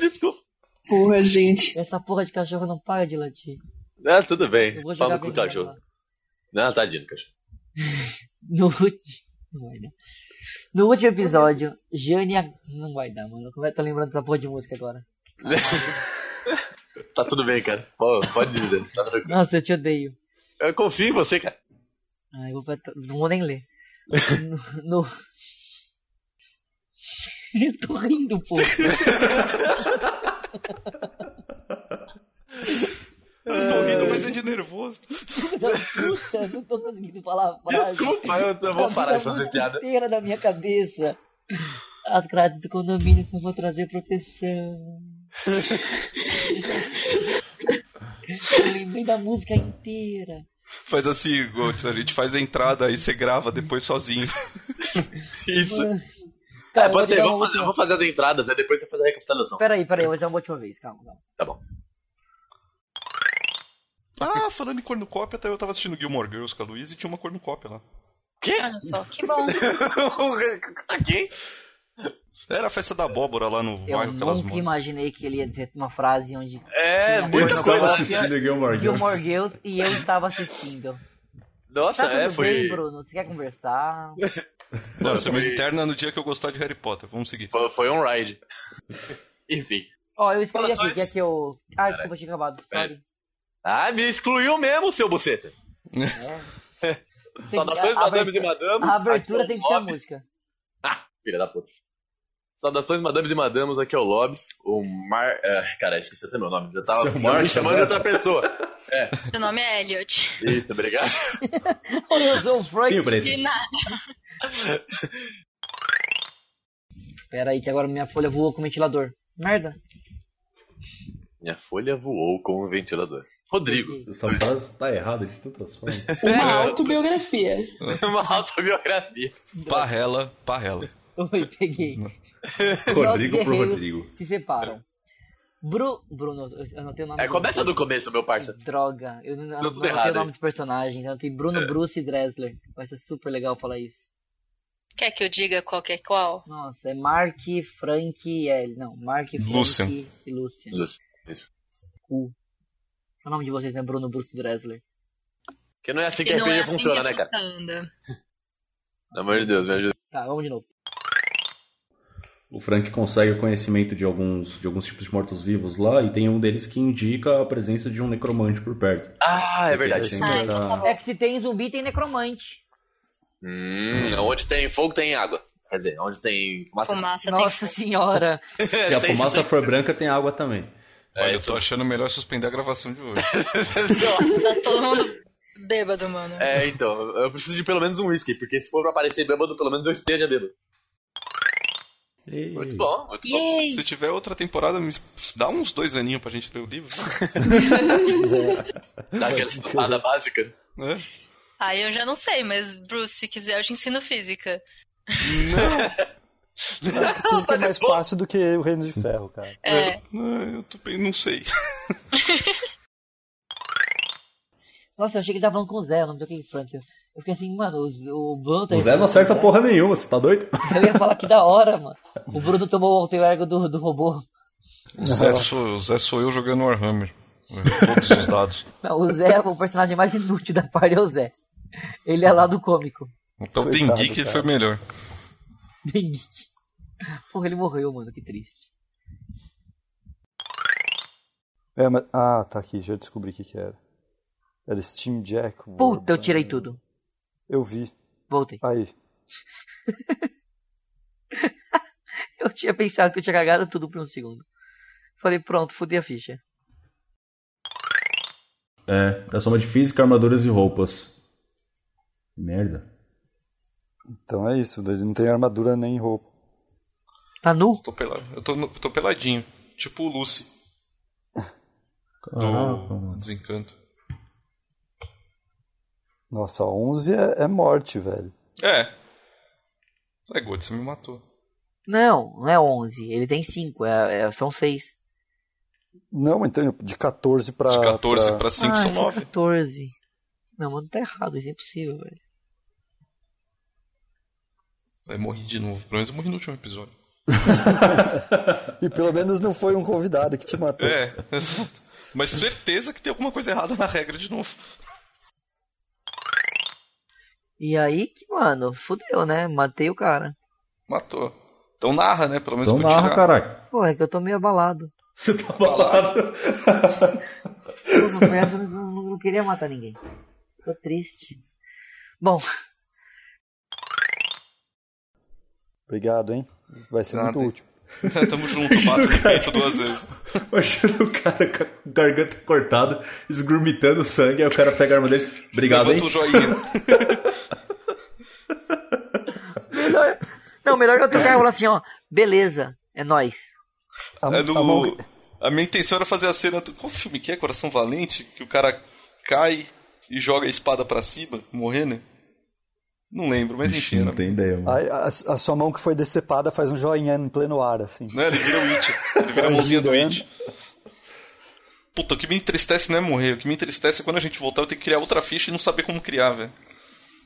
Speaker 6: Desculpa.
Speaker 5: Porra, gente.
Speaker 9: Essa porra de cachorro não para de latir.
Speaker 6: Ah, tudo bem.
Speaker 9: Eu vou jogar
Speaker 6: Fala com o
Speaker 9: veneno
Speaker 6: cachorro.
Speaker 9: nela.
Speaker 6: Não, tadinho, cachorro.
Speaker 9: No último. Não vai dar. No último episódio, Jane. a- Não vai dar, mano. Como é que eu tô lembrando dessa porra de música agora?
Speaker 6: Tá tudo bem, cara. Pô, Pode dizer, tá tranquilo.
Speaker 9: Nossa, eu te odeio.
Speaker 6: Eu confio em você, cara.
Speaker 9: Ah, eu vou pra... Não vou nem ler. No... no- eu tô rindo, pô.
Speaker 3: Eu tô rindo, mas é de nervoso.
Speaker 9: Puta, eu não tô conseguindo falar a frase.
Speaker 6: Desculpa, eu, eu vou
Speaker 9: Tá
Speaker 6: parar de
Speaker 9: vindo a
Speaker 6: fazer
Speaker 9: música
Speaker 6: piada.
Speaker 9: inteira da minha cabeça. As grades do condomínio só vão trazer proteção. eu lembrei da música inteira.
Speaker 3: Faz assim, Gotes, a gente faz a entrada aí você grava depois sozinho.
Speaker 6: Isso.
Speaker 9: Cara,
Speaker 6: É,
Speaker 9: eu
Speaker 6: pode ser,
Speaker 9: pegar
Speaker 6: vamos
Speaker 9: uma
Speaker 6: fazer,
Speaker 9: última-
Speaker 6: vamos fazer as entradas, aí depois você faz a recapitulação.
Speaker 9: Peraí, peraí, eu vou fazer uma última vez, calma. calma.
Speaker 6: Tá bom.
Speaker 3: Ah, falando em cornucópia, até eu tava assistindo Gilmore Girls com a Luísa e tinha uma cornucópia lá.
Speaker 7: Olha só, que bom.
Speaker 6: Aqui?
Speaker 3: Era a festa da abóbora lá no
Speaker 9: Eu
Speaker 3: bairro que elas
Speaker 9: nunca
Speaker 3: moram.
Speaker 9: imaginei que ele ia dizer uma frase onde
Speaker 6: É,
Speaker 9: Sim,
Speaker 6: muita
Speaker 9: eu
Speaker 6: coisa
Speaker 1: Tava
Speaker 6: assim.
Speaker 1: assistindo Gilmore Girls.
Speaker 9: Gilmore Girls e eu estava assistindo.
Speaker 6: Nossa,
Speaker 9: Tá tudo
Speaker 6: é, foi,
Speaker 9: bem, Bruno? Você quer conversar?
Speaker 3: Nossa, mas
Speaker 6: Foi-
Speaker 3: interna é no dia que eu gostar de Harry Potter. Vamos seguir.
Speaker 6: foi, foi um ride. Enfim.
Speaker 9: Ó, eu escolhi aqui,
Speaker 6: Corações.
Speaker 9: que é que eu... Ah, desculpa, eu tinha acabado.
Speaker 6: Pera.
Speaker 9: Sorry.
Speaker 6: Ah, me excluiu mesmo, seu buceta.
Speaker 9: Você tem que-
Speaker 6: Saudações,
Speaker 9: a- a
Speaker 6: madames e
Speaker 9: abertura-
Speaker 6: madames.
Speaker 9: A
Speaker 6: Aqui é
Speaker 9: abertura
Speaker 6: o
Speaker 9: tem que ser a
Speaker 6: Lobes.
Speaker 9: música.
Speaker 6: Ah, filha da puta. Saudações, madames e madames, aqui é o Lobs, o Mar... ah, cara, esqueci até meu nome, já tava
Speaker 1: Seu
Speaker 6: já me
Speaker 1: Marcos,
Speaker 6: chamando
Speaker 1: né?
Speaker 6: de outra pessoa.
Speaker 7: Seu nome é Elliot.
Speaker 6: Isso, obrigado.
Speaker 9: Eu sou o Frank.
Speaker 1: E o Breto?
Speaker 7: E nada.
Speaker 9: Pera aí, que agora minha folha voou com o ventilador. Merda.
Speaker 6: Minha folha voou com o ventilador. Rodrigo,
Speaker 1: Essa frase tá errada de tantas formas.
Speaker 6: É.
Speaker 5: Uma autobiografia.
Speaker 6: uma autobiografia.
Speaker 3: Parrela, parrela.
Speaker 9: Oi, peguei.
Speaker 1: Rodrigo pro
Speaker 9: guerreiros
Speaker 1: Rodrigo.
Speaker 9: Se separam. Bru... Bruno, eu não tenho o nome.
Speaker 6: É,
Speaker 9: do-
Speaker 6: começa do começo, meu parça.
Speaker 9: Droga, eu não, eu
Speaker 6: tudo
Speaker 9: não tenho
Speaker 6: errado É.
Speaker 9: o nome
Speaker 6: aí.
Speaker 9: dos personagens. Eu tenho Bruno, Bruce e Dressler. Vai ser super legal falar isso.
Speaker 7: Quer que eu diga qual que é qual?
Speaker 9: Nossa, é Mark, Frank e L. Não, Mark, Frank
Speaker 3: Lucian.
Speaker 9: e Lucian.
Speaker 6: Isso.
Speaker 9: Cu. O nome de vocês é Bruno Bruce Dressler.
Speaker 6: Que não é assim que
Speaker 7: E não
Speaker 6: RPG
Speaker 7: é assim
Speaker 6: funciona,
Speaker 7: que
Speaker 6: né, cara?
Speaker 7: funciona.
Speaker 6: Pelo amor de Deus, me ajuda.
Speaker 9: Tá, vamos de novo.
Speaker 1: O Frank consegue o conhecimento de alguns, de alguns tipos de mortos-vivos lá e tem um deles que indica a presença de um necromante por perto.
Speaker 6: Ah, é verdade.
Speaker 1: Porque
Speaker 7: Ah,
Speaker 1: sempre
Speaker 7: então
Speaker 1: tá-
Speaker 7: tá bom.
Speaker 9: É que se tem zumbi, tem necromante.
Speaker 6: Hum, onde tem fogo tem água. Quer dizer, onde tem fumaça.
Speaker 7: Fumaça
Speaker 9: Nossa senhora.
Speaker 1: Se a
Speaker 6: Sei,
Speaker 1: fumaça
Speaker 6: sei.
Speaker 1: for branca, tem água também.
Speaker 6: É,
Speaker 3: Olha, eu
Speaker 6: isso-
Speaker 3: tô achando melhor suspender a gravação de hoje.
Speaker 7: tem que tá todo mundo bêbado, mano.
Speaker 6: É, então, eu preciso de pelo menos um whisky, porque se for pra aparecer bêbado, pelo menos eu esteja bêbado.
Speaker 1: E...
Speaker 6: Muito bom, muito bom.
Speaker 7: Yay!
Speaker 3: Se tiver outra temporada, me dá uns dois aninhos pra gente ler o livro.
Speaker 6: Dá aquela estampada básica.
Speaker 3: Né?
Speaker 7: Aí eu já não sei, mas Bruce, se quiser eu te ensino física.
Speaker 4: Tudo que é mais fácil do que o Reino de Ferro, cara.
Speaker 7: É,
Speaker 3: Ah, eu tô bem, não sei.
Speaker 9: Nossa, eu achei que ele tava falando com o Zé, o nome do que Frank. Eu eu fiquei assim, mano, o, o Bruno tá
Speaker 1: O Zé não acerta porra nenhuma, você tá doido?
Speaker 9: Eu ia falar que da hora, mano. O Bruno tomou o alter ego do, do robô.
Speaker 3: O Zé, sou, o Zé sou eu jogando Warhammer. Todos os dados.
Speaker 9: Não, o Zé é o personagem mais inútil da parte, é o Zé. Ele é lá do cômico.
Speaker 3: Então tem
Speaker 4: Coitado,
Speaker 3: geek que
Speaker 4: cara.
Speaker 3: foi melhor.
Speaker 9: Tem geek. Porra, ele morreu, mano, que triste.
Speaker 4: É, mas... Ah, tá aqui, já descobri o que que era. Era Steam Jack.
Speaker 9: Puta, eu
Speaker 4: Warband.
Speaker 9: tirei tudo.
Speaker 4: Eu vi.
Speaker 9: Voltei.
Speaker 4: Aí,
Speaker 9: Eu tinha pensado que eu tinha cagado tudo por um segundo. Falei, pronto, fudei a ficha.
Speaker 1: É, da soma de física, armaduras e roupas. Merda.
Speaker 4: Então é isso, ele não tem armadura nem roupa.
Speaker 9: Tá nu?
Speaker 3: Tô pelado. Eu tô, no- tô peladinho. Tipo o Lucy do
Speaker 1: Caraca, Ah, mano.
Speaker 3: Desencanto.
Speaker 4: Nossa, 11 é, é morte, velho.
Speaker 3: É. É, Gold, você me matou.
Speaker 9: Não, não é 11. Ele tem 5, é- é- são 6.
Speaker 4: Não, então de 14
Speaker 1: Ah,
Speaker 4: pra.
Speaker 3: De 14
Speaker 1: tá.
Speaker 3: pra,
Speaker 4: pra-
Speaker 3: 5 são 9.
Speaker 9: 14. Não, mano, tá errado, isso é impossível, velho.
Speaker 3: Vai morrer de novo. Pelo menos eu morri no último episódio.
Speaker 4: E pelo menos não foi um convidado que te matou.
Speaker 3: É, exato. Mas certeza que tem alguma coisa errada na regra de novo.
Speaker 9: E aí que, mano, fudeu, né? Matei o cara.
Speaker 3: Matou. Então narra, né? Pelo menos
Speaker 1: Então
Speaker 3: pra eu
Speaker 1: narra,
Speaker 3: tirar.
Speaker 1: caralho.
Speaker 9: Pô, é que eu tô meio abalado.
Speaker 1: Você tá balado.
Speaker 9: Eu não, conheço, eu não, não queria matar ninguém. Tô triste. Bom,
Speaker 4: Obrigado, hein? Vai ser
Speaker 3: Nada.
Speaker 4: muito útil.
Speaker 3: É, Tamo junto, bato no peito duas vezes.
Speaker 1: Imagina o cara com a garganta cortada, esgurmitando sangue, aí o cara pega a arma dele. Obrigado, hein?
Speaker 3: Levanta o joinha.
Speaker 9: melhor. Não, melhor que eu tocar e falar assim, ó. Beleza, é nóis.
Speaker 4: A,
Speaker 3: É
Speaker 4: a mão-
Speaker 3: do... A minha intenção era fazer a cena do. Qual filme que é? Coração Valente? Que o cara cai e joga a espada pra cima, morrendo? Não lembro, mas enfim. Era...
Speaker 1: Não tem ideia, mano.
Speaker 4: a- a- a sua mão que foi decepada faz um joinha em pleno ar, assim.
Speaker 3: Né? Ele vira o It. Ele vira a mãozinha do It. Puta, o que me entristece não é morrer. O que me entristece é quando a gente voltar eu ter que criar outra ficha e não saber como criar, velho.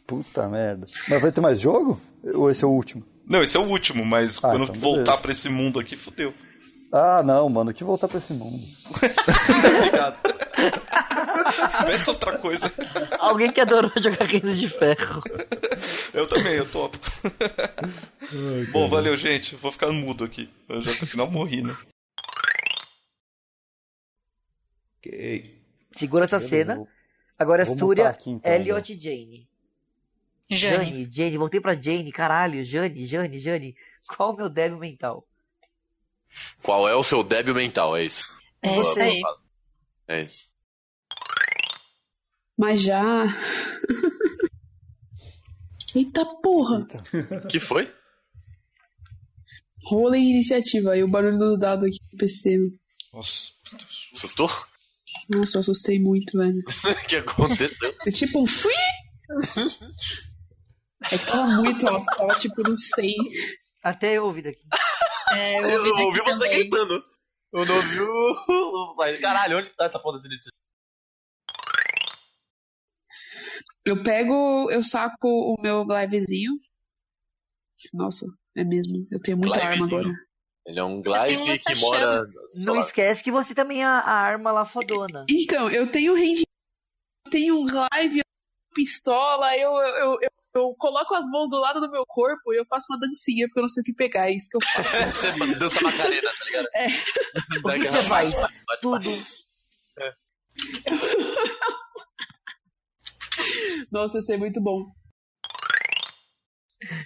Speaker 4: Puta merda. Mas vai ter mais jogo? Ou esse é o último?
Speaker 3: Não, esse é o último, mas
Speaker 4: Ah,
Speaker 3: quando
Speaker 4: então
Speaker 3: voltar
Speaker 4: beleza.
Speaker 3: pra esse mundo aqui, fodeu.
Speaker 4: Ah, não, mano, que voltar pra esse mundo.
Speaker 3: Obrigado. Peça outra coisa.
Speaker 9: Alguém que adorou jogar Reinos de Ferro.
Speaker 3: Eu também, eu topo. Bom, valeu, gente. Vou ficar mudo aqui. Eu já no final morri, né?
Speaker 1: Ok.
Speaker 9: Segura essa cena.
Speaker 4: Vou-
Speaker 9: Agora
Speaker 4: vou
Speaker 9: Astúria,
Speaker 4: mutar aqui, então,
Speaker 9: Elliot e Jane.
Speaker 6: É.
Speaker 7: Jane.
Speaker 9: Jane, Jane, voltei pra Jane, caralho. Jane, Jane, Jane. Qual o meu débil mental?
Speaker 6: Qual é o seu débil mental? É isso.
Speaker 7: É isso aí.
Speaker 6: É isso.
Speaker 5: Mas já. Eita porra!
Speaker 6: Que foi?
Speaker 5: Rolem iniciativa. E o barulho do dado aqui do PC.
Speaker 3: Nossa,
Speaker 6: Assustou?
Speaker 5: Nossa, eu assustei muito, velho.
Speaker 6: O que aconteceu?
Speaker 5: Foi tipo um fui! É que tava muito alto, tava tipo, não sei.
Speaker 9: Até eu ouvi daqui.
Speaker 7: É, eu
Speaker 6: Eu não
Speaker 7: ouvi
Speaker 6: ouvi
Speaker 7: daqui
Speaker 6: você
Speaker 7: também.
Speaker 6: gritando. Eu não ouvi o. Mas, Caralho, onde tá essa porra desse litigo?
Speaker 5: Eu pego, eu saco o meu livezinho. Nossa, é mesmo. Eu tenho muita arma
Speaker 6: Livezinho.
Speaker 5: agora.
Speaker 6: Ele é um
Speaker 7: Você tem
Speaker 6: glaive
Speaker 7: um
Speaker 6: que mora. sei
Speaker 9: Não
Speaker 6: lá,
Speaker 9: esquece que você também é a arma lá fodona.
Speaker 5: Então, eu tenho range. Eu tenho um live, eu tenho pistola, eu, eu, eu, eu- eu coloco as mãos do lado do meu corpo e eu faço uma dancinha porque eu não sei o que pegar. É isso que eu faço.
Speaker 6: Você dança Macarena, tá ligado?
Speaker 5: É.
Speaker 9: O que que você faz? Tudo.
Speaker 5: Nossa, isso é muito bom.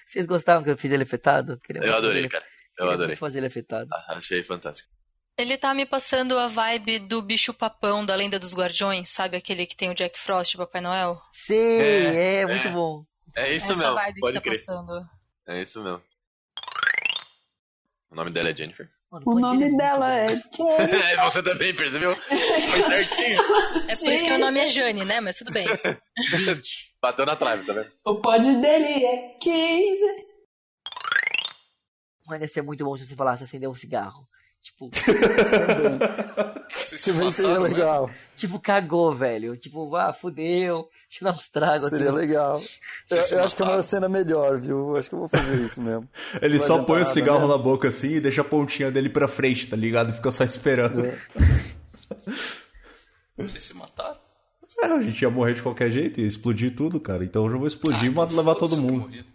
Speaker 9: Vocês gostaram que eu fiz ele afetado? Queria
Speaker 6: Eu
Speaker 9: muito
Speaker 6: adorei,
Speaker 9: fazer-
Speaker 6: cara. Eu
Speaker 9: queria
Speaker 6: adorei.
Speaker 9: muito fazer ele afetado.
Speaker 6: Ah, achei fantástico.
Speaker 7: Ele tá me passando a vibe do bicho papão da Lenda dos Guardiões, sabe? Aquele que tem o Jack Frost e o Papai Noel.
Speaker 9: Sei, é,
Speaker 6: É,
Speaker 9: muito
Speaker 6: é.
Speaker 9: bom.
Speaker 6: É isso
Speaker 7: Essa
Speaker 6: mesmo,
Speaker 7: vibe
Speaker 6: pode
Speaker 7: que tá
Speaker 6: crer.
Speaker 7: passando.
Speaker 6: É isso mesmo. O nome dela é Jennifer.
Speaker 9: Mano,
Speaker 5: O
Speaker 9: Pangea é
Speaker 5: nome
Speaker 9: muito
Speaker 5: dela
Speaker 9: bom.
Speaker 5: é.
Speaker 6: É, Você também percebeu? Foi certinho.
Speaker 7: É por isso que o nome é Jane, né? Mas tudo bem.
Speaker 9: Gente,
Speaker 6: Bateu na trave, tá vendo?
Speaker 5: O pod dele é 15.
Speaker 9: Mano, ia ser muito bom se você falasse acender um cigarro. Tipo,
Speaker 3: vocês se
Speaker 4: Isso seria
Speaker 3: mataram, né?
Speaker 4: legal.
Speaker 9: tipo, cagou, velho. Tipo, ah, fudeu. Deixa eu dar uns tragos aqui.
Speaker 4: Seria legal. Eu,
Speaker 6: se
Speaker 4: eu acho que é uma
Speaker 6: mataram.
Speaker 4: cena melhor, viu? Eu Acho que eu vou fazer isso mesmo.
Speaker 1: Ele
Speaker 4: Vai
Speaker 1: só
Speaker 4: dar
Speaker 1: põe o
Speaker 4: parada
Speaker 1: cigarro
Speaker 4: mesmo.
Speaker 1: na boca assim e deixa a pontinha dele pra frente, tá ligado? Fica só esperando. É.
Speaker 3: Vocês se mataram?
Speaker 1: a gente ia morrer de qualquer jeito, ia explodir tudo, cara. Então eu já vou explodir e
Speaker 3: Ah,
Speaker 1: vou levar todo
Speaker 3: foda-se, eu
Speaker 1: mundo.
Speaker 3: morri.